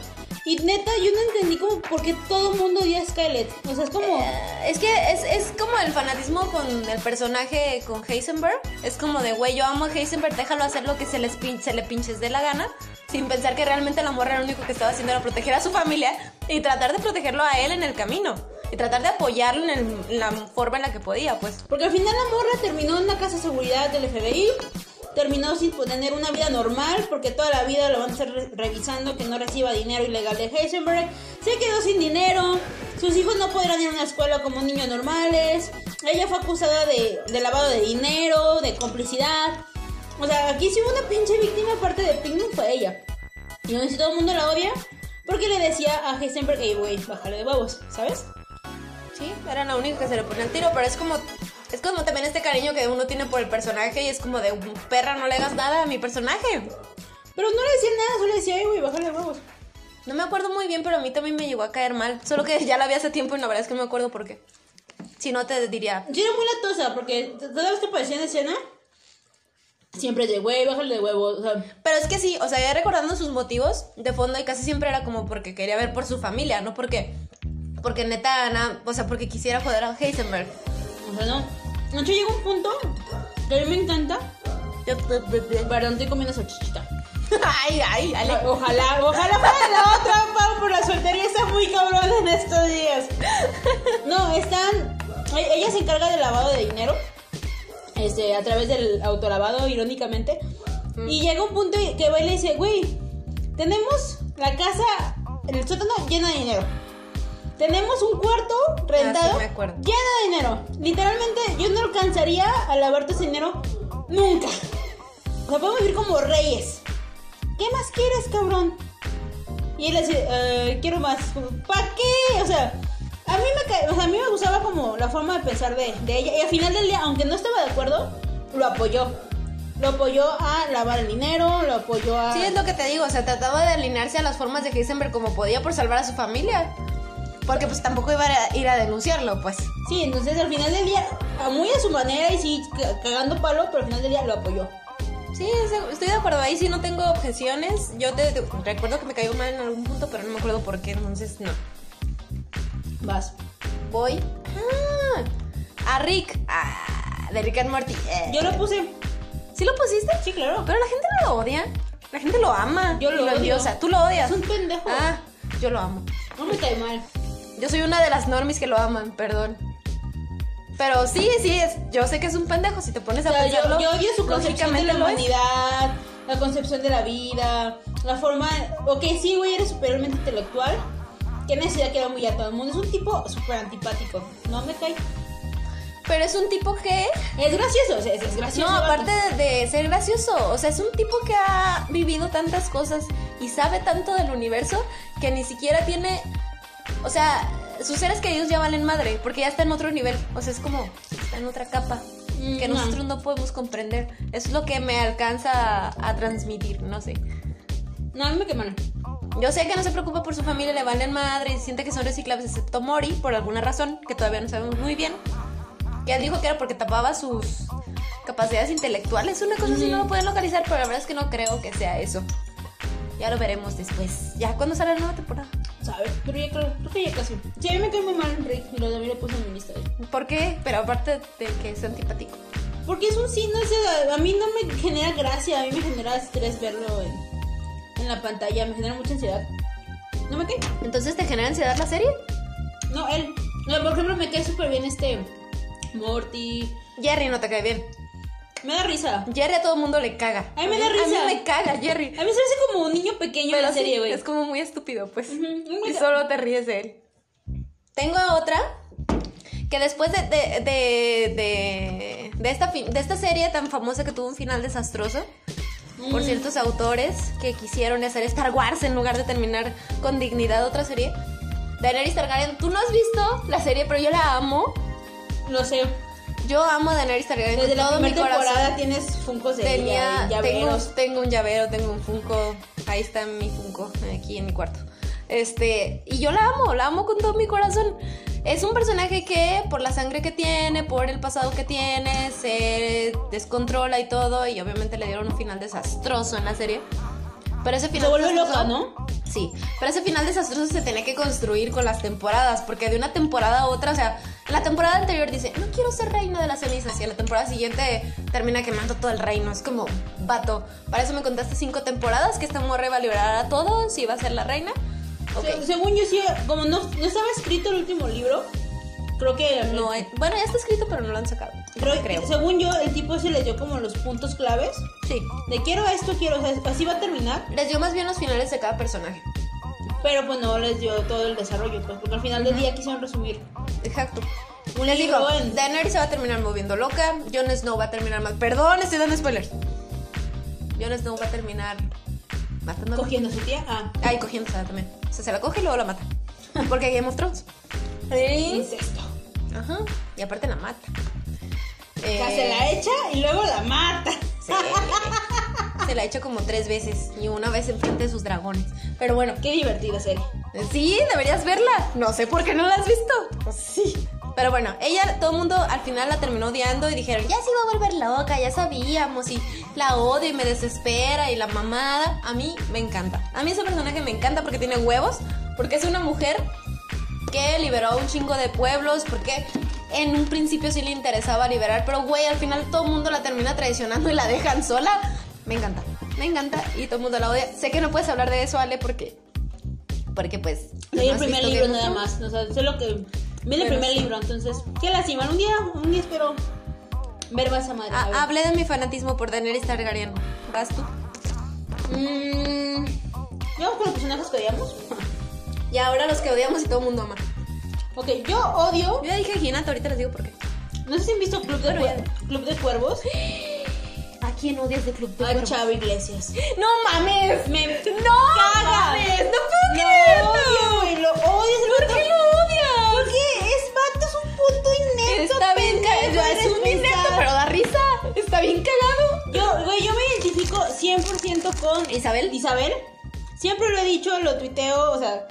Speaker 2: Y neta, yo no entendí como por qué todo el mundo odia a Skylet. O sea, es como...
Speaker 3: es que es, es como el fanatismo con el personaje con Heisenberg. Es como de, güey, yo amo a Heisenberg, déjalo hacer lo que se, les pin- se le pinches dé la gana. Sin pensar que realmente la morra lo único que estaba haciendo era proteger a su familia y tratar de protegerlo a él en el camino. Y tratar de apoyarlo en, el- en la forma en la que podía, pues.
Speaker 2: Porque al final la morra terminó en una casa de seguridad del FBI. Terminó sin poder tener una vida normal porque toda la vida lo van a estar re- revisando que no reciba dinero ilegal de Heisenberg. Se quedó sin dinero. Sus hijos no podrán ir a una escuela como niños normales. Ella fue acusada de, de lavado de dinero, de complicidad. O sea, aquí sí hubo una pinche víctima aparte de Pinkman fue ella. Y aún así todo el mundo la odia porque le decía a Heisenberg, hey, güey, bájale de babos, ¿sabes?
Speaker 3: Sí, era la única que se le ponía el tiro, pero es como... Es como también este cariño que uno tiene por el personaje y es como de, perra, no le hagas nada a mi personaje.
Speaker 2: Pero no le decía nada, solo le decía, hey, güey, bájale de babos.
Speaker 3: No me acuerdo muy bien, pero a mí también me llegó a caer mal. Solo que ya la vi hace tiempo y la verdad es que no me acuerdo por qué. Si no, te diría.
Speaker 2: Yo era muy latosa porque t- toda vez que aparecía en escena, siempre de güey, bájale de huevo. O sea,
Speaker 3: Pero es que sí, o sea, ya recordando sus motivos de fondo y casi siempre era como porque quería ver por su familia, no porque. Porque neta, na- o sea, porque quisiera joder a Heisenberg.
Speaker 2: o sea, no. De hecho, llega un punto que a mí me encanta. Perdón, estoy comiendo salchichita.
Speaker 3: ay, ay, Ale.
Speaker 2: O- Ojalá, ojalá fuera la otra, Pau, por la soltería está muy cabrona en estos días. No, están. e- Ella se encarga del lavado de dinero. Este, a través del autolavado,
Speaker 3: Mm.
Speaker 2: irónicamente. Y llega un punto que va y le dice, güey, tenemos la casa en el sótano lleno de dinero. Tenemos un cuarto rentado
Speaker 3: Ah, me acuerdo.
Speaker 2: lleno de dinero. Literalmente yo no alcanzaría a lavar todo ese dinero nunca. O sea, podemos vivir como reyes. ¿Qué más quieres, cabrón? Y él así, "Eh, quiero más. ¿Para qué? O sea, a mí me, ca- o sea, a mí me gustaba como la forma de pensar de, de ella. Y al final del día, aunque no estaba de acuerdo, lo apoyó. Lo apoyó a lavar el dinero, lo apoyó a...
Speaker 3: Sí, es lo que te digo, o sea, trataba de alinearse a las formas de Heisenberg como podía por salvar a su familia. Porque pues tampoco iba a ir a denunciarlo, pues.
Speaker 2: Sí, entonces al final del día, a muy a su manera y sí, ca- cagando palo, pero al final del día lo apoyó.
Speaker 3: Sí, es- estoy de acuerdo, ahí sí no tengo objeciones. Yo te, te- recuerdo que me cayó mal en algún punto, pero no me acuerdo por qué, entonces no.
Speaker 2: Vas.
Speaker 3: Voy ah, a Rick, ah, de Rick and Morty. eh.
Speaker 2: Yo lo puse.
Speaker 3: ¿Sí lo pusiste?
Speaker 2: Sí, claro.
Speaker 3: Pero la gente no lo odia, la gente lo ama.
Speaker 2: Yo
Speaker 3: y
Speaker 2: lo odio.
Speaker 3: endiosa. Tú lo odias.
Speaker 2: Es un pendejo.
Speaker 3: Ah, yo lo amo.
Speaker 2: No me cae mal.
Speaker 3: Yo soy una de las normies que lo aman, perdón. Pero sí, sí, es, yo sé que es un pendejo si te pones a
Speaker 2: O sea,
Speaker 3: pensarlo.
Speaker 2: yo, yo odio su concepción de la
Speaker 3: lógicamente lo es.
Speaker 2: humanidad, la concepción de la vida, la forma... Ok, sí, güey, eres superiormente intelectual. Qué necesidad que era muy a todo el mundo. Es un tipo súper antipático. No me cae.
Speaker 3: Pero es un tipo que...
Speaker 2: Es gracioso, o sea, es, es gracioso.
Speaker 3: no,
Speaker 2: vato.
Speaker 3: aparte de, de ser gracioso, o sea, es un tipo que ha vivido tantas cosas y sabe tanto del universo que ni siquiera tiene... O sea, sus seres queridos ya valen madre, porque ya está en otro nivel. O sea, es como, está en otra capa
Speaker 2: Mm,
Speaker 3: que
Speaker 2: no.
Speaker 3: nosotros no podemos comprender. Eso es lo que me alcanza a- a transmitir, no sé.
Speaker 2: No, a mí me cae mal.
Speaker 3: Yo sé que no se preocupa por su familia, le valen madre y siente que son reciclables, excepto Mori, por alguna razón que todavía no sabemos muy bien. Que él dijo que era porque tapaba sus capacidades intelectuales, una cosa así, no lo pueden localizar, pero la verdad es que no creo que sea eso. Ya lo veremos después. Ya cuando sale la nueva temporada.
Speaker 2: ¿Sabes? Pero ya creo, creo que ya casi. Sí, a mí me cae muy mal Rick. Y lo también lo puse en mi lista. güey.
Speaker 3: ¿Por qué? Pero aparte de que es antipático.
Speaker 2: Porque es un sí, no sé, a- a mí no me genera gracia, a mí me genera estrés verlo en, en la pantalla, me genera mucha ansiedad. ¿No me cae?
Speaker 3: Entonces te genera ansiedad la serie.
Speaker 2: No, él. No, por ejemplo, me cae súper bien este Morty.
Speaker 3: Jerry no te cae bien.
Speaker 2: Me da risa.
Speaker 3: Jerry a todo mundo le caga.
Speaker 2: Ay, me da
Speaker 3: A mí
Speaker 2: risa.
Speaker 3: me caga Jerry.
Speaker 2: A mí se me hace como un niño pequeño en la
Speaker 3: sí,
Speaker 2: serie, güey.
Speaker 3: es como muy estúpido, pues.
Speaker 2: Ujú.
Speaker 3: Y solo te ríes de él. Tengo otra que después de, de, de, de, de esta, fi- de esta serie tan famosa que tuvo un final desastroso por
Speaker 2: Mm.
Speaker 3: ciertos autores que quisieron hacer Star Wars en lugar de terminar con dignidad otra serie. Daenerys Targaryen, tú no has visto la serie, pero yo la amo.
Speaker 2: Lo sé.
Speaker 3: Yo amo a Daenerys Targaryen
Speaker 2: Desde
Speaker 3: con
Speaker 2: la
Speaker 3: todo mi
Speaker 2: primera
Speaker 3: corazón.
Speaker 2: temporada tienes funcos de
Speaker 3: Tenía,
Speaker 2: ella, y
Speaker 3: tengo,
Speaker 2: llaveros.
Speaker 3: tengo un llavero, tengo un Funko. Ahí está mi Funko, aquí en mi cuarto. Este, y yo la amo, la amo con todo mi corazón. Es un personaje que, por la sangre que tiene, por el pasado que tiene, se descontrola y todo. Y obviamente le dieron un final desastroso en la serie. Pero ese final
Speaker 2: Se vuelve
Speaker 3: desastroso-
Speaker 2: loca, ¿no?
Speaker 3: Sí, pero ese final desastroso se tenía que construir con las temporadas, porque de una temporada a otra, o sea, la temporada anterior dice, no quiero ser reina de las cenizas, y a la temporada siguiente termina quemando todo el reino, es como, vato, para eso me contaste cinco temporadas, que esta morra iba a liberar a todos y iba a ser la reina. Ok,
Speaker 2: Se- según yo, sí, como no, no estaba escrito el último libro, creo que
Speaker 3: no, eh, bueno, ya está escrito, pero no lo han sacado,
Speaker 2: Creo,
Speaker 3: creo.
Speaker 2: Según yo, el tipo se les dio como los puntos claves
Speaker 3: Sí,
Speaker 2: de quiero esto, quiero, o sea, así va a terminar,
Speaker 3: les dio más bien los finales de cada personaje.
Speaker 2: pero pues no les dio todo el desarrollo, pues, porque al final del día quisieron resumir.
Speaker 3: Exacto.
Speaker 2: Un
Speaker 3: Les digo,
Speaker 2: libro en-
Speaker 3: Daenerys se va a terminar moviendo loca, Jon Snow va a terminar mal. Perdón, estoy dando spoilers. Jon Snow va a terminar matando.
Speaker 2: Cogiendo a su tía, ah,
Speaker 3: Ay, cogiéndose también. O sea, se la coge y luego la mata. Porque Game of Thrones. Sí.
Speaker 2: incesto.
Speaker 3: Ajá. Y aparte la mata. Eh,
Speaker 2: O sea, se la echa y luego la mata.
Speaker 3: sí. Se la echa como tres veces y una vez enfrente de sus dragones. Pero bueno,
Speaker 2: Qué divertida serie.
Speaker 3: Sí, deberías verla. No sé por qué no la has visto. Sí. Pero bueno, ella, todo el mundo al final la terminó odiando y dijeron, ya se iba a volver loca, ya sabíamos, y la odio y me desespera y la mamada. A mí me encanta. A mí esa personaje me encanta porque tiene huevos, porque es una mujer que liberó a un chingo de pueblos, porque en un principio sí le interesaba liberar, pero güey, al final todo el mundo la termina traicionando y la dejan sola. Me encanta, me encanta y todo el mundo la odia. Sé que no puedes hablar de eso, Ale, porque... Porque pues...
Speaker 2: Leí el
Speaker 3: no has
Speaker 2: primer
Speaker 3: visto
Speaker 2: libro
Speaker 3: Game of
Speaker 2: nada
Speaker 3: Thrones.
Speaker 2: más, o sea, sé lo que... Vi el
Speaker 3: Pero
Speaker 2: primer
Speaker 3: sí.
Speaker 2: libro, entonces, qué lástima. Un día, un día espero ver más a madre.
Speaker 3: Ah,
Speaker 2: a ver.
Speaker 3: hablé de mi fanatismo por Daenerys Targaryen. ¿Vas tú?
Speaker 2: Mm, Vamos con los personajes que odiamos.
Speaker 3: Y ahora los que odiamos y todo el mundo ama.
Speaker 2: Ok, yo odio.
Speaker 3: Yo ya dije Hinata, ahorita les digo por qué.
Speaker 2: No sé si han visto Club de, Cuer- Club de Cuervos.
Speaker 3: ¿A quién odias de Club de
Speaker 2: A
Speaker 3: Cuervos?
Speaker 2: Chavo Iglesias.
Speaker 3: ¡No mames!
Speaker 2: Me
Speaker 3: ¡No
Speaker 2: caga.
Speaker 3: mames! ¡No
Speaker 2: Lo
Speaker 3: puedo
Speaker 2: odio,
Speaker 3: creerlo!
Speaker 2: güey, lo odio. ¿Por
Speaker 3: qué lo odias?
Speaker 2: Porque es vato, es un puto inepto.
Speaker 3: Está bien
Speaker 2: pendejo,
Speaker 3: cagado. Es un
Speaker 2: pesado.
Speaker 3: inepto, pero da risa. Está bien cagado.
Speaker 2: Yo, güey, yo me identifico 100% con
Speaker 3: Isabel.
Speaker 2: Isabel. Siempre lo he dicho, lo tuiteo, o sea,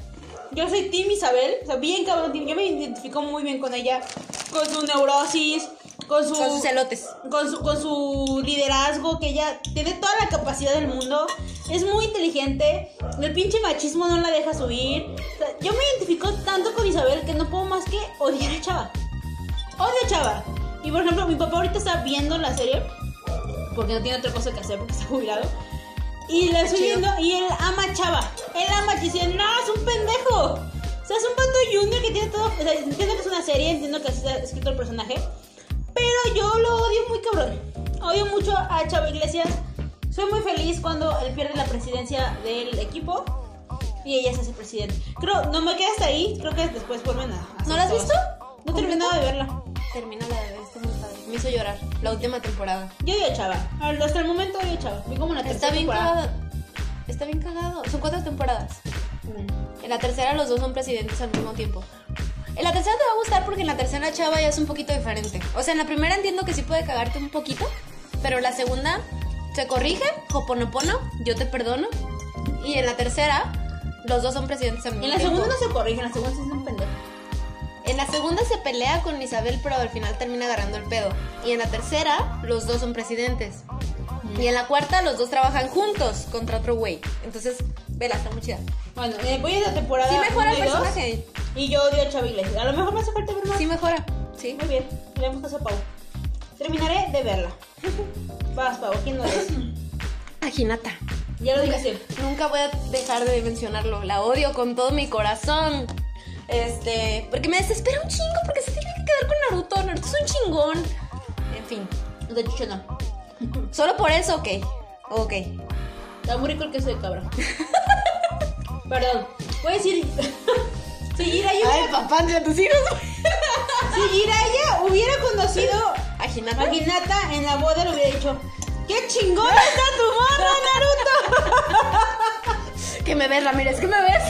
Speaker 2: yo soy Team Isabel, o sea, bien cabrón, team. yo me identifico muy bien con ella, con su neurosis, con su...
Speaker 3: Con sus elotes.
Speaker 2: con su, con su liderazgo, que ella tiene toda la capacidad del mundo, es muy inteligente, el pinche machismo no la deja subir. O sea, yo me identifico tanto con Isabel que no puedo más que odiar a Chava. Odio a Chava. Y por ejemplo, mi papá ahorita está viendo la serie, porque no tiene otra cosa que hacer, porque está jubilado. Y la estoy
Speaker 3: chido.
Speaker 2: viendo y él ama a Chava. Él ama a Chava y dice, no, es un pendejo. O sea, es un pato junior que tiene todo... O sea, entiendo que es una serie, entiendo que así está escrito el personaje. Pero yo lo odio muy cabrón. Odio mucho a Chavo Iglesias. Soy muy feliz cuando él pierde la presidencia del equipo y ella se hace presidente. Creo, no me quedé hasta ahí. Creo que después vuelven a. a
Speaker 3: ¿No la has
Speaker 2: hacer
Speaker 3: visto?
Speaker 2: todo. No he terminado de verla.
Speaker 3: Termina la de este muy padre. Me hizo llorar. La última temporada.
Speaker 2: Yo odio a Chava. Hasta el momento odio a Chava. Vi como la
Speaker 3: Está
Speaker 2: tercera
Speaker 3: bien
Speaker 2: temporada.
Speaker 3: cagado. Está bien cagado. Son cuatro temporadas.
Speaker 2: Mm.
Speaker 3: En la tercera los dos son presidentes al mismo tiempo. En la tercera te va a gustar porque en la tercera chava ya es un poquito diferente. O sea, en la primera entiendo que sí puede cagarte un poquito, pero la segunda se corrige, hoponopono, yo te perdono. Y en la tercera los dos son presidentes al mismo
Speaker 2: En la
Speaker 3: tiempo.
Speaker 2: segunda no se corrige, en la segunda sí es un pendejo.
Speaker 3: En la segunda se pelea con Isabel, pero al final termina agarrando el pedo. Y en la tercera, los dos son presidentes. Y en la cuarta, los dos trabajan juntos contra otro güey. Entonces, vela, está muy chida.
Speaker 2: Bueno, eh, voy a la temporada.
Speaker 3: Sí mejora el
Speaker 2: uno y dos,
Speaker 3: personaje.
Speaker 2: Y yo odio a Chava Iglesias. A lo mejor me hace falta ver más.
Speaker 3: Sí mejora. Sí.
Speaker 2: Muy bien, le damos caso a Pau. Terminaré de verla. Vas, Pau, ¿quién no es?
Speaker 3: Aginata.
Speaker 2: Ya lo dije siempre.
Speaker 3: Nunca voy a dejar de mencionarlo. La odio con todo mi corazón. Este, porque me desespera un chingo porque se tiene que quedar con Naruto. Naruto es un chingón. En fin,
Speaker 2: De Chucho no.
Speaker 3: solo por eso, ok. Ok.
Speaker 2: Está muy rico el queso de cabra. Perdón. Voy a decir. si Jiraya,
Speaker 3: papá, de tus hijos.
Speaker 2: si Jiraya hubiera conocido
Speaker 3: Aginata.
Speaker 2: a Hinata en la boda, le hubiera dicho: ¡Qué chingón está tu mano, Naruto!
Speaker 3: Que me ves, Ramírez, que me ves.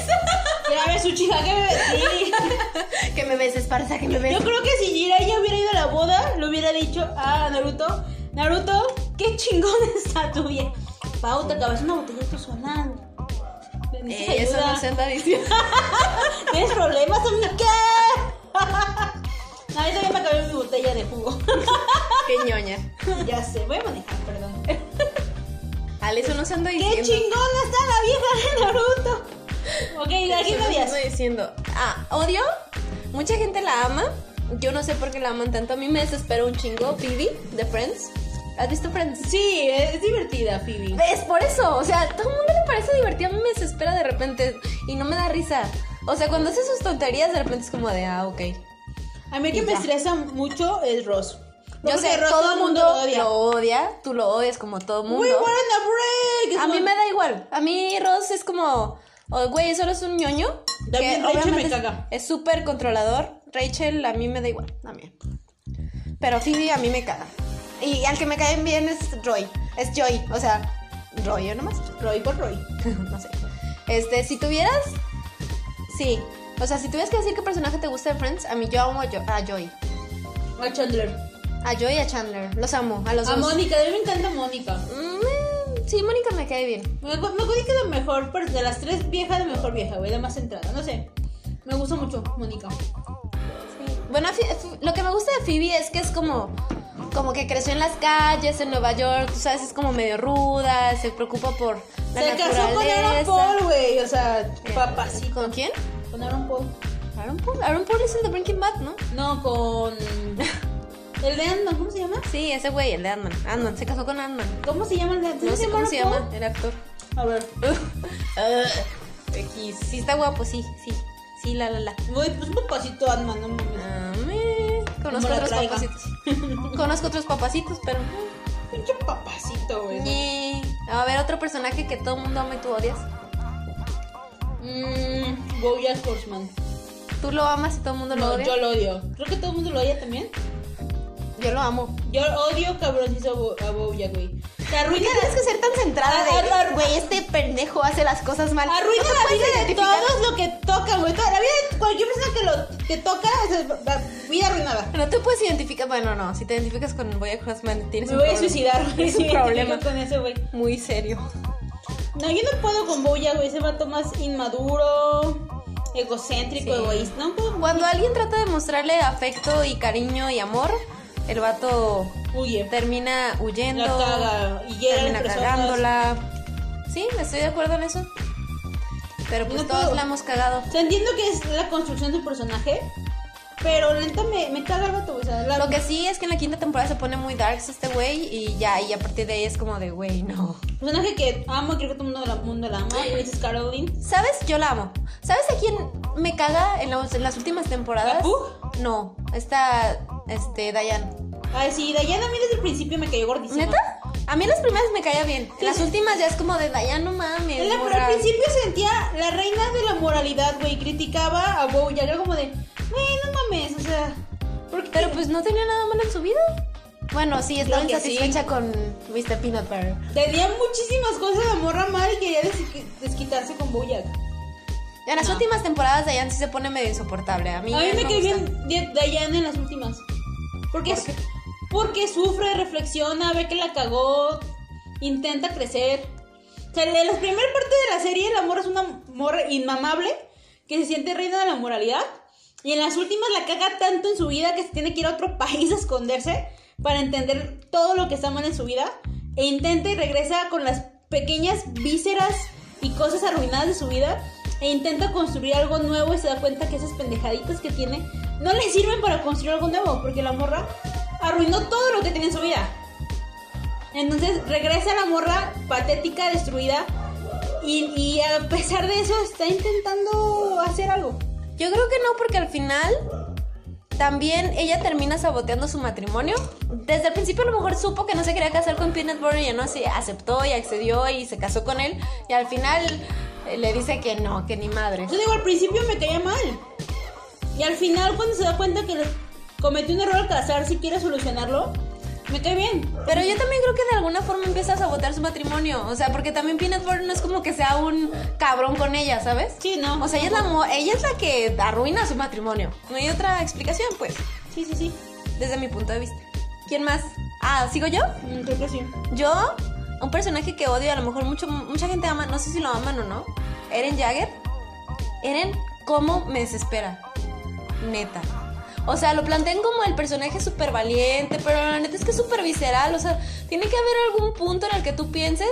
Speaker 2: Mira, a ver, su chica, que sí.
Speaker 3: que me ves, Esparza, que me ves.
Speaker 2: Yo creo que si Jiraiya hubiera ido a la boda, le hubiera dicho a Naruto: Naruto, qué chingón está tu vieja. Pau, te acabas una botella de tu zona.
Speaker 3: Eh, eso no se anda diciendo.
Speaker 2: ¿Tienes problemas, amiga? ¿Qué? No, yo también me acabé mi botella de jugo.
Speaker 3: Qué ñoña.
Speaker 2: ya sé, voy a manejar, perdón.
Speaker 3: Ale, eso no se anda diciendo.
Speaker 2: ¡Qué chingona está la vieja de Naruto! Ok, ¿y ¿a
Speaker 3: Eso
Speaker 2: quién
Speaker 3: no se
Speaker 2: odias?
Speaker 3: anda diciendo. Ah, odio. Mucha gente la ama. Yo no sé por qué la aman tanto. A mí me desespera un chingo. Phoebe, de Friends. ¿Has visto Friends?
Speaker 2: Sí, es divertida, Phoebe.
Speaker 3: Es por eso, o sea, todo el mundo le parece divertido, a mí me desespera de repente y no me da risa. O sea, cuando hace sus tonterías, de repente es como de, ah, ok.
Speaker 2: A mí el que me
Speaker 3: Ya.
Speaker 2: estresa mucho es Ross.
Speaker 3: Yo
Speaker 2: Porque
Speaker 3: sé,
Speaker 2: Ross
Speaker 3: todo el mundo lo odia.
Speaker 2: odia.
Speaker 3: tú lo odias como todo mundo.
Speaker 2: We were on a break.
Speaker 3: A
Speaker 2: Es
Speaker 3: mí
Speaker 2: como-
Speaker 3: me da igual. A mí Ross es como, oh, güey, solo es un ñoño.
Speaker 2: También Rachel
Speaker 3: obviamente
Speaker 2: me
Speaker 3: es-
Speaker 2: caga.
Speaker 3: Es súper controlador. Rachel a mí me da igual también. Pero Phoebe a mí me caga. Y al que me caen bien es Roy. Es Joy. O sea, Roy yo nomás.
Speaker 2: Roy por Roy.
Speaker 3: no sé. Este, si tuvieras... Sí. O sea, si tuvieras que decir qué personaje te gusta de Friends, a mí yo amo a, Jo- a Joy.
Speaker 2: A Chandler.
Speaker 3: A Joy y a Chandler. Los amo. A los
Speaker 2: A
Speaker 3: dos.
Speaker 2: Mónica, a mí me encanta Mónica.
Speaker 3: Mm, sí, Mónica me cae bien.
Speaker 2: Me acu- me acuerdo que la mejor, per- de las tres viejas, la mejor vieja, güey, la más centrada, no sé. Me gusta mucho, Mónica.
Speaker 3: Bueno, a Phi- Phi- lo que me gusta de Phoebe es que es como como que creció en las calles en Nueva York, tú sabes, es como medio ruda, se preocupa por la
Speaker 2: Se casó con Aaron
Speaker 3: naturaleza.
Speaker 2: Paul, güey, o sea,
Speaker 3: Eh,
Speaker 2: papacito.
Speaker 3: ¿Con quién?
Speaker 2: Con Aaron Paul.
Speaker 3: Aaron Paul. Aaron Paul es el de Breaking Bad, ¿no?
Speaker 2: No, con. El de Ant-Man, ¿cómo se llama?
Speaker 3: Sí, ese güey, el de Ant-Man. Ant-Man, se casó con Ant-Man.
Speaker 2: ¿Cómo se llama el de Ant-Man?
Speaker 3: No sé cómo se
Speaker 2: Aaron
Speaker 3: llama el actor.
Speaker 2: Paul? A ver.
Speaker 3: X. Sí, está guapo, sí, sí. Sí, la, la, la.
Speaker 2: Güey, pues un papacito Ant-Man, no mames.
Speaker 3: Ah, me-
Speaker 2: Como
Speaker 3: Conozco
Speaker 2: la
Speaker 3: otros
Speaker 2: traiga.
Speaker 3: papacitos. Conozco otros papacitos, pero...
Speaker 2: Pinche papacito, güey.
Speaker 3: Ñe. A ver, otro personaje que todo el mundo ama y tú odias.
Speaker 2: Mmm. Bojack Horseman.
Speaker 3: Mm, Tú lo amas y todo el mundo lo
Speaker 2: No,
Speaker 3: odia.
Speaker 2: yo lo odio. Creo que todo el mundo lo odia también.
Speaker 3: Yo lo amo.
Speaker 2: Yo odio cabroncizo a Bo- a Bojack, güey. Te arruina la-
Speaker 3: Tienes que ser tan centrada
Speaker 2: Ah, ah,
Speaker 3: de,
Speaker 2: ah,
Speaker 3: güey, este pendejo hace las cosas mal.
Speaker 2: Arruina
Speaker 3: No te
Speaker 2: la
Speaker 3: puedes
Speaker 2: vida de
Speaker 3: identificar.
Speaker 2: todos lo que tocan, güey. Toda- La vida de cualquier persona que lo que toca, es vida arruinada.
Speaker 3: No te puedes identificar, bueno, no, si te identificas con Boyack Horseman tienes
Speaker 2: Me
Speaker 3: un
Speaker 2: voy a
Speaker 3: problema.
Speaker 2: suicidar, güey.
Speaker 3: Es
Speaker 2: si
Speaker 3: un
Speaker 2: me
Speaker 3: problema
Speaker 2: identifico con eso, güey.
Speaker 3: muy serio.
Speaker 2: No, yo no puedo con Boya, güey. Ese vato más inmaduro, egocéntrico,
Speaker 3: Sí.
Speaker 2: egoísta. No puedo.
Speaker 3: Cuando alguien trata de mostrarle afecto y cariño y amor, el vato
Speaker 2: Huye.
Speaker 3: termina huyendo,
Speaker 2: La caga y llega a las
Speaker 3: termina
Speaker 2: personas.
Speaker 3: cagándola. Sí, estoy de acuerdo en eso. Pero pues
Speaker 2: No
Speaker 3: todos
Speaker 2: puedo.
Speaker 3: la hemos cagado.
Speaker 2: O sea, entiendo que es la construcción del personaje, pero lenta me, me caga el vato, güey. O sea, la-
Speaker 3: Lo que sí es que en la quinta temporada se pone muy darks este güey y ya, y a partir de ahí es como de, güey, no.
Speaker 2: personaje que amo y creo que todo el mundo la, mundo la ama, Princess Caroline.
Speaker 3: ¿Sabes? Yo la amo. ¿Sabes a quién me caga en, los- en las últimas temporadas?
Speaker 2: ¿La Pug?
Speaker 3: No, esta, este, Diane.
Speaker 2: Ay, sí, Dayana a mí desde el principio me cayó gordísima.
Speaker 3: ¿Neta? A mí en las primeras me caía bien.
Speaker 2: Sí,
Speaker 3: en las
Speaker 2: sí.
Speaker 3: últimas ya es como de, ya no mames.
Speaker 2: En la- pero
Speaker 3: morra".
Speaker 2: al principio sentía la reina de la moralidad, güey. Criticaba a Bow y era como de, güey, no mames, o sea. ¿por qué?
Speaker 3: Pero pues no tenía nada malo en su vida. Bueno, sí, estaba
Speaker 2: Claro que
Speaker 3: insatisfecha con Mr. Peanut Butter.
Speaker 2: Tenía muchísimas cosas de morra mal y quería desqui- desquitarse con Bojack.
Speaker 3: En las
Speaker 2: No.
Speaker 3: últimas temporadas Diane sí se pone medio insoportable. A mí,
Speaker 2: A mí
Speaker 3: ya
Speaker 2: me
Speaker 3: no
Speaker 2: cae
Speaker 3: gusta.
Speaker 2: bien Di- Diana en las últimas. Porque,
Speaker 3: ¿Por qué?
Speaker 2: porque sufre, reflexiona, ve que la cagó, intenta crecer. O sea, en la primera parte de la serie, la morra es una morra inmamable que se siente reina de la moralidad. Y en las últimas la caga tanto en su vida que se tiene que ir a otro país a esconderse para entender todo lo que está mal en su vida. E intenta y regresa con las pequeñas vísceras y cosas arruinadas de su vida. E intenta construir algo nuevo y se da cuenta que esas pendejaditas que tiene no le sirven para construir algo nuevo. Porque la morra arruinó todo lo que tenía en su vida. Entonces regresa la morra patética, destruida. Y, y a pesar de eso está intentando hacer algo.
Speaker 3: Yo creo que no, porque al final también ella termina saboteando su matrimonio. Desde el principio a lo mejor supo que no se quería casar con Peanut Butter y ya no se aceptó y accedió y se casó con él. Y al final eh, le dice que no, que ni madre.
Speaker 2: Yo digo, al principio me caía mal. Y al final, cuando se da cuenta que cometió un error al casarse y quiere solucionarlo, me cae bien.
Speaker 3: Pero yo también creo que de alguna forma empieza a sabotear su matrimonio. O sea, porque también Peanut Butter no es como que sea un cabrón con ella, ¿sabes?
Speaker 2: Sí, no.
Speaker 3: O sea, ella es la, mo- ella es la que arruina su matrimonio. No hay otra explicación, pues,
Speaker 2: sí, sí, sí.
Speaker 3: desde mi punto de vista. ¿Quién más? Ah, ¿sigo yo?
Speaker 2: Mm, Creo que sí.
Speaker 3: Yo, un personaje que odio, a lo mejor mucho, mucha gente ama, no sé si lo aman o no, Eren Jagger. Eren, ¿cómo me desespera? Neta. O sea, lo plantean como el personaje súper valiente, pero la neta es que es súper visceral. O sea, tiene que haber algún punto en el que tú pienses,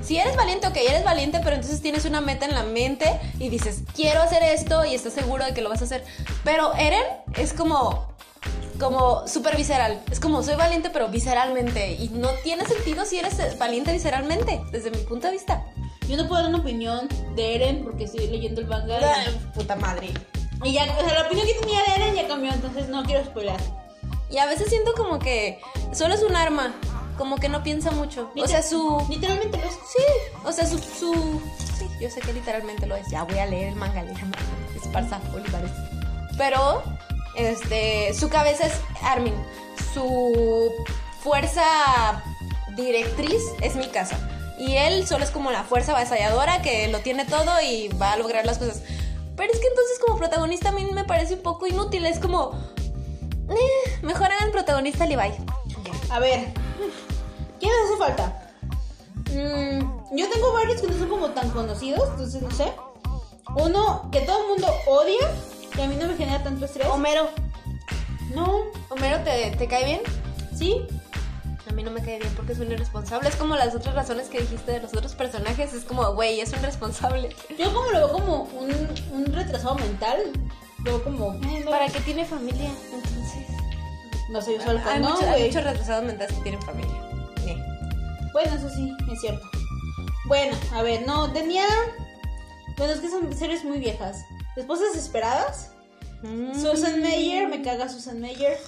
Speaker 3: si eres valiente, ok, eres valiente, pero entonces tienes una meta en la mente y dices, quiero hacer esto y estás seguro de que lo vas a hacer. Pero Eren es como, como súper visceral. Es como soy valiente pero visceralmente. Y no tiene sentido si eres eh, valiente visceralmente, desde mi punto de vista.
Speaker 2: Yo no puedo dar una opinión de Eren porque estoy leyendo el manga.
Speaker 3: Puta madre.
Speaker 2: Y ya, o sea, la opinión que tenía de Eren ya cambió, entonces no quiero spoiler.
Speaker 3: Y a veces siento como que solo es un arma, como que no piensa mucho. O sea, su...
Speaker 2: Literalmente lo es.
Speaker 3: Sí, o sea, su... su sí, yo sé que literalmente lo es. Ya voy a leer el manga, leer el manga. Esparza Olivares. Pero, este, su cabeza es Armin. Su fuerza directriz es mi casa. Y él solo es como la fuerza avasalladora que lo tiene todo y va a lograr las cosas. Pero es que entonces como protagonista a mí me parece un poco inútil. Es como... eh, mejor hagan protagonista a Levi.
Speaker 2: A ver, ¿qué nos hace falta? Mm, yo tengo varios que no son como tan conocidos, entonces no sé. Uno que todo el mundo odia, que a mí no me genera tanto estrés.
Speaker 3: Homero.
Speaker 2: No,
Speaker 3: Homero, ¿te, te cae bien?
Speaker 2: sí.
Speaker 3: A mí no me cae bien porque es un irresponsable. Es como las otras razones que dijiste de los otros personajes. Es como, güey, es un responsable.
Speaker 2: Yo como lo veo como un, un retrasado mental. Lo veo como... eh, no,
Speaker 3: ¿Para qué tiene familia? Entonces.
Speaker 2: No soy yo solo
Speaker 3: hay
Speaker 2: no,
Speaker 3: mucho- hay
Speaker 2: güey.
Speaker 3: muchos retrasados mentales que tienen familia. Sí.
Speaker 2: Bueno, eso sí, es cierto. Bueno, a ver, no, tenía... Bueno, es que son series muy viejas. Esposas desesperadas.
Speaker 3: Mm.
Speaker 2: Susan Mayer, me caga Susan Mayer.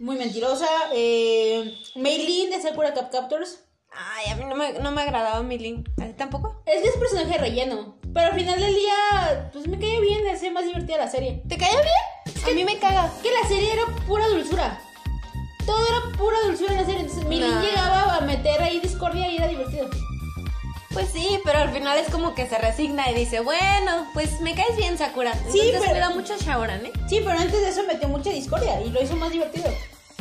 Speaker 2: Muy mentirosa. Eh, Maylin de Sakura Cap Captors.
Speaker 3: Ay, a mí no me, no me agradaba Milin. ¿A ti tampoco?
Speaker 2: Es que es personaje relleno. Pero al final del día, pues me caía bien, hacía más divertida la serie.
Speaker 3: ¿Te caía bien? a mí me caga.
Speaker 2: Que la serie era pura dulzura. Todo era pura dulzura en la serie. Entonces Milly
Speaker 3: Nah.
Speaker 2: llegaba a meter ahí discordia y era divertido.
Speaker 3: Pues sí, pero al final es como que se resigna y dice, bueno, pues me caes bien, Sakura.
Speaker 2: Sí,
Speaker 3: Entonces
Speaker 2: pero-
Speaker 3: cuida mucho a Shaoran, ¿eh?
Speaker 2: Sí, pero antes de eso metió mucha discordia y lo hizo más divertido.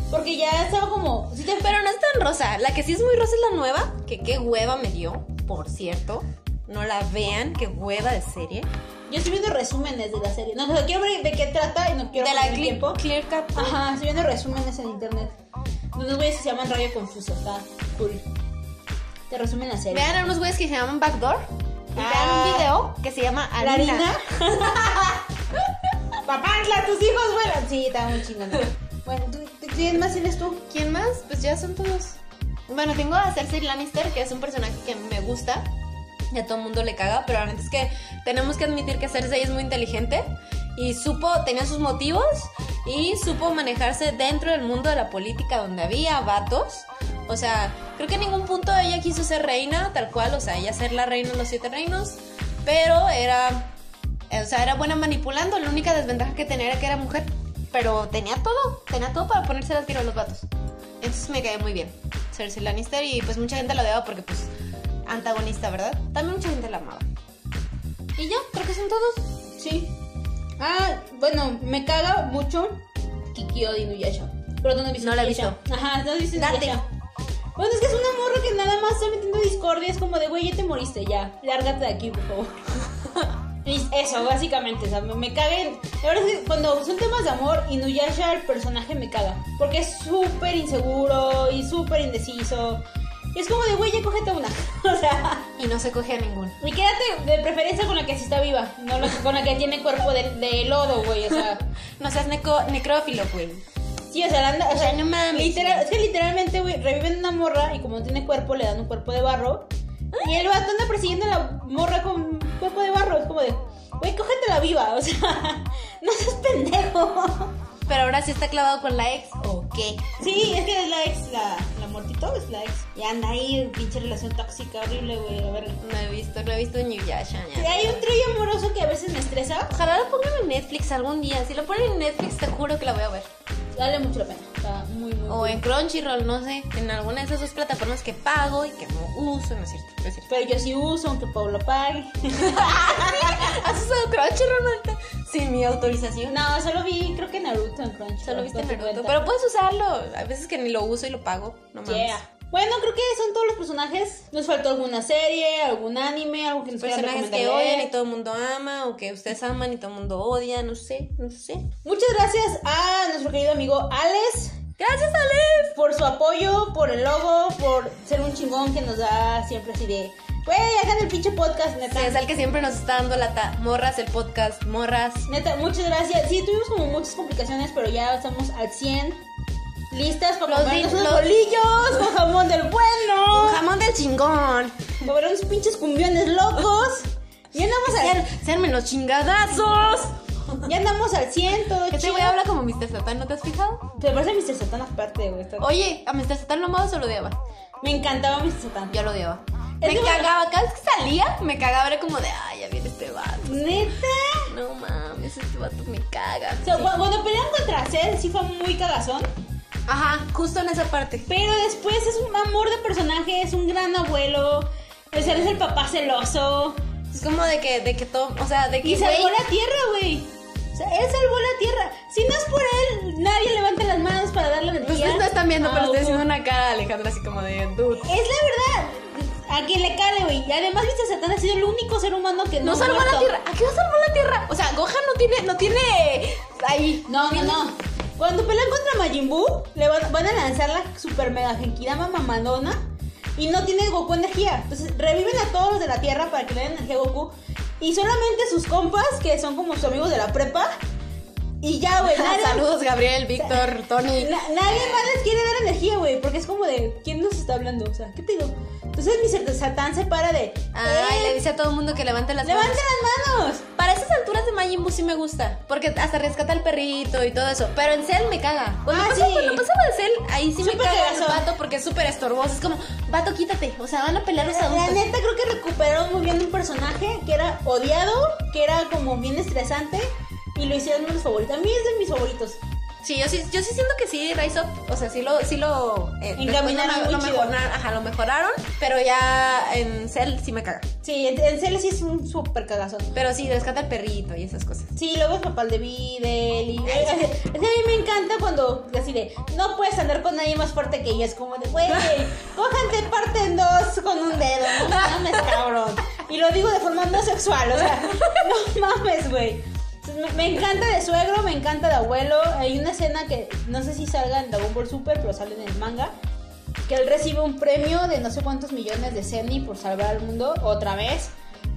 Speaker 2: Porque ya estaba como. Si te
Speaker 3: Pero no es tan rosa. La que sí es muy rosa es la nueva, que qué hueva me dio, por cierto. No la vean, qué hueva de serie.
Speaker 2: Yo estoy viendo resúmenes de la serie. No, no quiero ver de qué trata y no quiero
Speaker 3: de la
Speaker 2: perder
Speaker 3: Cle-
Speaker 2: tiempo.
Speaker 3: Clear Cut.
Speaker 2: Ajá, estoy viendo resúmenes en internet. De Unos güeyes que se llaman Radio Confuso, está cool. Te resumen la serie.
Speaker 3: Vean a unos güeyes que se llaman Backdoor. Y
Speaker 2: Ah.
Speaker 3: vean un video que se llama
Speaker 2: ¿La
Speaker 3: Alina.
Speaker 2: harina? Papá, la- tus hijos vuelan. Sí, está muy chingón. Bueno, ¿tú, tú- ¿quién más tienes tú?
Speaker 3: ¿Quién más? Pues ya son todos. Bueno, tengo a Cersei Lannister, que es un personaje que me gusta. Y a todo el mundo le caga, pero la neta es que tenemos que admitir que Cersei es muy inteligente. Y supo, tenía sus motivos. Y supo manejarse dentro del mundo de la política, donde había vatos. O sea, creo que en ningún punto ella quiso ser reina, tal cual. O sea, ella ser la reina de los siete reinos. Pero era. eh, O sea, era buena manipulando. La única desventaja que tenía era que era mujer. Pero tenía todo. Tenía todo para ponerse al tiro a los vatos. Entonces me caía muy bien Cersei Lannister y pues mucha gente la odiaba porque pues antagonista, ¿verdad? También mucha gente la amaba. Y ya, creo que son todos.
Speaker 2: Sí. Ah, bueno, me caga mucho Kikyo de Inuyasha. Pero tú no has visto
Speaker 3: No la he
Speaker 2: Inuyasha. Ajá, no has visto
Speaker 3: Date.
Speaker 2: Inuyasha. Bueno, es que es una morra que nada más está metiendo discordia. Es como de, güey, ya te moriste, ya. Lárgate de aquí, por favor. Y Eso, básicamente, o sea, me, me caguen. La verdad es que cuando son temas de amor, Inuyasha, el personaje me caga. Porque es súper inseguro y súper indeciso. Y es como de, güey, ya cógete una. O sea,
Speaker 3: Y no se coge a ninguno.
Speaker 2: y quédate de preferencia con la que sí está viva, no la que- con la que tiene cuerpo de, de lodo, güey. O sea,
Speaker 3: No seas neco- necrófilo, güey.
Speaker 2: sí, o sea, la anda- o sea,
Speaker 3: no mames,
Speaker 2: literal-
Speaker 3: güey.
Speaker 2: es que literalmente, güey, reviven una morra y como no tiene cuerpo, le dan un cuerpo de barro. Y el vato anda persiguiendo a la morra con cuerpo de barro. Es como de, güey, cógetela viva, o sea, no seas pendejo.
Speaker 3: Pero ahora sí está clavado con la ex o qué.
Speaker 2: Sí, es que es la ex, la, la mortito es la ex. Y anda ahí, pinche relación tóxica, horrible, güey, a ver.
Speaker 3: No he visto, no he visto New Yasha.
Speaker 2: Sí, hay un trío amoroso que a veces me estresa.
Speaker 3: Ojalá lo pongan en Netflix algún día. Si lo ponen en Netflix, te juro que la voy a ver.
Speaker 2: Vale mucho la pena. Está muy, muy
Speaker 3: O
Speaker 2: cool.
Speaker 3: en Crunchyroll, no sé. En alguna de esas dos plataformas que pago y que no uso, no es cierto. No es cierto.
Speaker 2: Pero yo sí uso, aunque Pablo pague.
Speaker 3: ¿Has usado Crunchyroll ahorita? Sin mi autorización.
Speaker 2: No, solo vi, creo que Naruto en Crunch.
Speaker 3: Solo viste
Speaker 2: Por tu
Speaker 3: Naruto,
Speaker 2: cuenta.
Speaker 3: pero puedes usarlo. A veces que ni lo uso y lo pago. No mames.
Speaker 2: Yeah. Bueno, creo que son todos los personajes. Nos faltó alguna serie, algún anime, algo que nos quieran
Speaker 3: Personajes que
Speaker 2: recomendar leer.
Speaker 3: odian y todo el mundo ama, o que ustedes aman y todo el mundo odia, no sé, no sé.
Speaker 2: Muchas gracias a nuestro querido amigo Alex
Speaker 3: Gracias, Alex.
Speaker 2: por su apoyo, por el logo, por ser un chingón que nos da siempre así de, güey, hagan el pinche podcast, neta.
Speaker 3: Sí, es el que siempre nos está dando lata. Morras, el podcast, morras.
Speaker 2: Neta, muchas gracias. Sí, tuvimos como muchas complicaciones, pero ya estamos al 100. Listas para
Speaker 3: Los
Speaker 2: comernos
Speaker 3: di-
Speaker 2: unos
Speaker 3: los-
Speaker 2: bolillos con jamón del bueno.
Speaker 3: Jamón del chingón.
Speaker 2: Para ver unos pinches cumbiones locos. Ya andamos
Speaker 3: Ser, ser menos chingadazos.
Speaker 2: al, ya andamos al 100, todo
Speaker 3: Este
Speaker 2: chido.
Speaker 3: güey habla como Mr. Satan, ¿no te has fijado?
Speaker 2: Te parece Mr. Satan aparte, güey. está-
Speaker 3: Oye, a Mr. Satan lo amabas o lo odiaba.
Speaker 2: Me encantaba Mr. Satan.
Speaker 3: Yo lo odiaba.
Speaker 2: Es
Speaker 3: Me
Speaker 2: que-
Speaker 3: cagaba, cada vez que salía, me cagaba, era como de, ay, ya viene este vato.
Speaker 2: Neta.
Speaker 3: No mames, este vato me caga.
Speaker 2: O sea, cu- cuando pelean contra Cell sí fue muy cagazón.
Speaker 3: Ajá, justo en esa parte.
Speaker 2: Pero después es un amor de personaje, es un gran abuelo. O sea, es el papá celoso.
Speaker 3: Es como de que, de que todo, o sea, de que
Speaker 2: Y salvó
Speaker 3: güey,
Speaker 2: la tierra, güey. O sea, él salvó la tierra. Si no es por él, nadie levanta las manos para darle la energía.
Speaker 3: ustedes no están viendo, pero
Speaker 2: Ah,
Speaker 3: estoy
Speaker 2: ok.
Speaker 3: haciendo una cara de Alejandra así como de dude.
Speaker 2: Es la verdad. A quien le cale, güey. Y además, viste, Satán ha sido el único ser humano que no,
Speaker 3: No
Speaker 2: ha
Speaker 3: salvó
Speaker 2: muerto.
Speaker 3: la tierra. ¿A qué va a salvar la tierra? O sea, Gohan no tiene, no tiene ahí.
Speaker 2: No, no, no. Cuando pelean contra Majin Buu, le van, van a lanzar la super mega Genkidama mamadona. Y no tiene Goku energía. Entonces reviven a todos los de la Tierra para que le den energía a Goku. Y solamente sus compas, que son como sus amigos de la prepa. Y ya, güey. nadie-
Speaker 3: Saludos, Gabriel, Víctor, Tony.
Speaker 2: Na- nadie más les quiere dar energía, güey, porque es como de, ¿quién nos está hablando? O sea, ¿qué pedo? Entonces Mr. Satán se para de.
Speaker 3: Ay,
Speaker 2: "Eh,
Speaker 3: le dice a todo el mundo que levante las
Speaker 2: ¡Levanta
Speaker 3: manos.
Speaker 2: las manos!
Speaker 3: Para esas alturas de Majin Buu sí me gusta. Porque hasta rescata al perrito y todo eso. Pero en Cell me caga. Cuando,
Speaker 2: Ah,
Speaker 3: pasa,
Speaker 2: sí.
Speaker 3: cuando pasa lo de Cell, ahí sí me
Speaker 2: Súper
Speaker 3: caga el
Speaker 2: cagazo.
Speaker 3: vato porque es súper estorboso. Es como, vato, quítate. O sea, van a pelear los
Speaker 2: La, la
Speaker 3: adultos.
Speaker 2: neta creo que recuperaron muy bien un personaje que era odiado, que era como bien estresante y lo hicieron uno de mis favoritos. A mí es de mis favoritos.
Speaker 3: Sí, yo sí, yo sí siento que sí, Rise Up, o sea, sí lo, sí lo eh, después
Speaker 2: Encaminaron
Speaker 3: lo, me-
Speaker 2: muy
Speaker 3: lo
Speaker 2: chido.
Speaker 3: mejoraron, ajá, lo mejoraron, pero ya en Cell sí me caga.
Speaker 2: Sí, en, en Cell sí es un súper cagazo.
Speaker 3: Pero sí, rescata al perrito y esas cosas.
Speaker 2: Sí, luego es papá de Videl y... Es que a mí me encanta cuando así de, no puedes andar con nadie más fuerte que yo. Es como de, güey, cójanse parte en dos con un dedo. No mames, cabrón. Y lo digo de forma no sexual, o sea, no mames, güey. Entonces, Me, me encanta de suegro, me encanta de abuelo. Hay una escena que no sé si salga en Dragon Ball Super, pero sale en el manga. Que él recibe un premio de no sé cuántos millones de Zenny por salvar al mundo otra vez.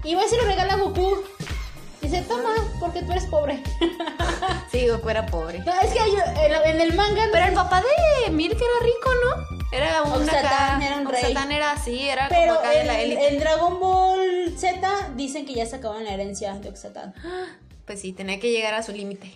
Speaker 2: Y va y se lo regala a Goku. Dice, toma, porque tú eres pobre.
Speaker 3: Sí, Goku era pobre.
Speaker 2: No, es que hay- en, la- en el manga.
Speaker 3: Pero el papá de Milk era rico, ¿no? Era un
Speaker 2: Oxatán
Speaker 3: acá-
Speaker 2: era un rey.
Speaker 3: Oxatán era así, era
Speaker 2: pero
Speaker 3: como acá de
Speaker 2: en,
Speaker 3: la élite.
Speaker 2: en Dragon Ball Z dicen que ya se acaban la herencia de Oxatán.
Speaker 3: Pues sí, tenía que llegar a su límite.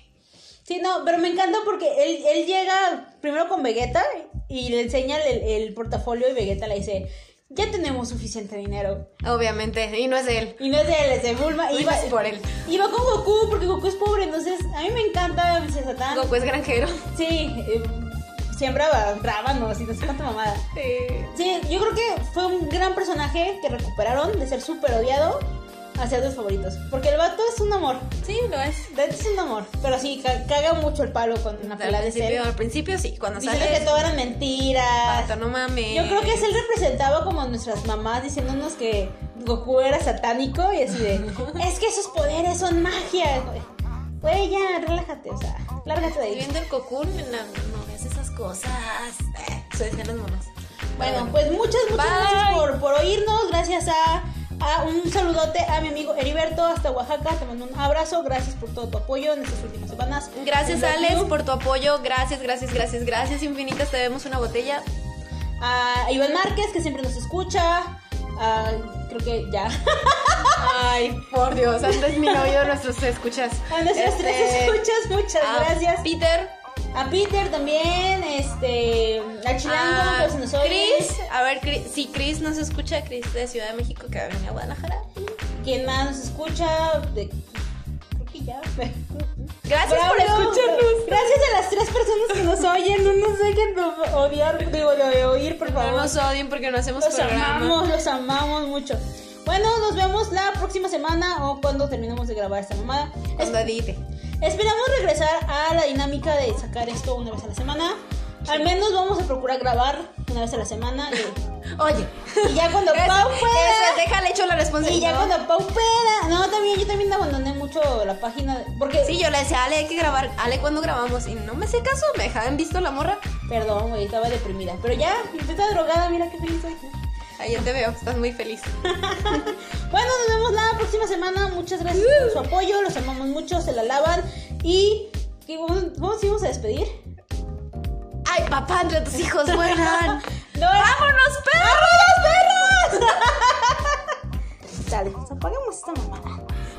Speaker 2: Sí, no, pero me encanta porque él, él llega primero con Vegeta y le enseña el, el portafolio y Vegeta le dice, ya tenemos suficiente dinero.
Speaker 3: Obviamente, y no es de él.
Speaker 2: Y no es de él, es de Bulma. Y
Speaker 3: Bulma es por él.
Speaker 2: Y va con Goku porque Goku es pobre, entonces a mí me encanta Satán.
Speaker 3: Goku es pues, granjero.
Speaker 2: Sí, eh, siembra rábanos y no sé cuánta mamada.
Speaker 3: Sí.
Speaker 2: Sí, yo creo que fue un gran personaje que recuperaron de ser súper odiado a ser de los favoritos. Porque el vato es un amor.
Speaker 3: Sí, lo es.
Speaker 2: Neta Es un amor. Pero sí, ca- caga mucho el palo con una
Speaker 3: Al
Speaker 2: pelada de
Speaker 3: principio,
Speaker 2: ser.
Speaker 3: al principio sí, cuando
Speaker 2: Diciendo que
Speaker 3: sale.
Speaker 2: todo eran mentiras.
Speaker 3: Pato, no mames.
Speaker 2: Yo creo que él representaba como a nuestras mamás diciéndonos que Goku era satánico y así de, es que esos poderes son magia. güey". Güey, ya, relájate, o sea, lárgate de
Speaker 3: Estoy
Speaker 2: ahí.
Speaker 3: viendo el cocoon, no, no veas esas cosas. Eh, Soy de los monos.
Speaker 2: Bueno, pues muchas, muchas
Speaker 3: Bye.
Speaker 2: gracias por, por oírnos. Gracias a, a un saludote a mi amigo Heriberto hasta Oaxaca. Te mando un abrazo. Gracias por todo tu apoyo en estas últimas semanas.
Speaker 3: Gracias,
Speaker 2: I love
Speaker 3: Alex,
Speaker 2: you.
Speaker 3: por tu apoyo. Gracias, gracias, gracias, gracias infinitas. Te vemos una botella.
Speaker 2: A Iván Márquez, que siempre nos escucha. A- creo que ya.
Speaker 3: Ay, por Dios, antes mi novio, nuestros escuchas.
Speaker 2: A nuestras
Speaker 3: Este,
Speaker 2: tres escuchas, muchas
Speaker 3: a
Speaker 2: gracias.
Speaker 3: Peter,
Speaker 2: A Peter también, este, a Chilango,
Speaker 3: a
Speaker 2: pues nos oye.
Speaker 3: Chris. Ah, A ver, Chris, si Chris nos escucha, Chris de Ciudad de México, que va a venir a Guadalajara.
Speaker 2: ¿Quién más nos escucha? De- creo que ya.
Speaker 3: Gracias por
Speaker 2: Bravo.
Speaker 3: escucharnos.
Speaker 2: Gracias a las tres personas que nos oyen. No nos dejen de odiar, digo, de oír, por
Speaker 3: No
Speaker 2: favor.
Speaker 3: nos odien porque no hacemos
Speaker 2: los
Speaker 3: este programa.
Speaker 2: amamos, los amamos mucho. Bueno, nos vemos la próxima semana o cuando terminemos de grabar esta mamada.
Speaker 3: Cuando edite.
Speaker 2: Esperamos regresar a la dinámica de sacar esto una vez a la semana. Al menos vamos a procurar grabar una vez a la semana. Y,
Speaker 3: Oye,
Speaker 2: y ya cuando
Speaker 3: eso,
Speaker 2: Pau pueda.
Speaker 3: eso, déjale hecho la responsabilidad.
Speaker 2: Y ya cuando Pau pueda. No, también yo también abandoné mucho la página. de- Porque.
Speaker 3: Sí, yo le decía, Ale, hay que grabar. Ale, ¿cuándo grabamos? Y no me hacía caso, me dejaban visto la morra.
Speaker 2: Perdón, güey, estaba deprimida. Pero ya, está drogada, mira qué feliz soy.
Speaker 3: Ahí ya te veo, estás muy feliz.
Speaker 2: Bueno, nos vemos la próxima semana. Muchas gracias por su apoyo. Los amamos mucho, se la lavan. Y. ¿qué, vamos- ¿Cómo nos íbamos a despedir?
Speaker 3: Ay, papá, entre tus hijos mueran.
Speaker 2: No,
Speaker 3: ¡Vámonos, perros!
Speaker 2: Dale, pues apagamos esta mamada.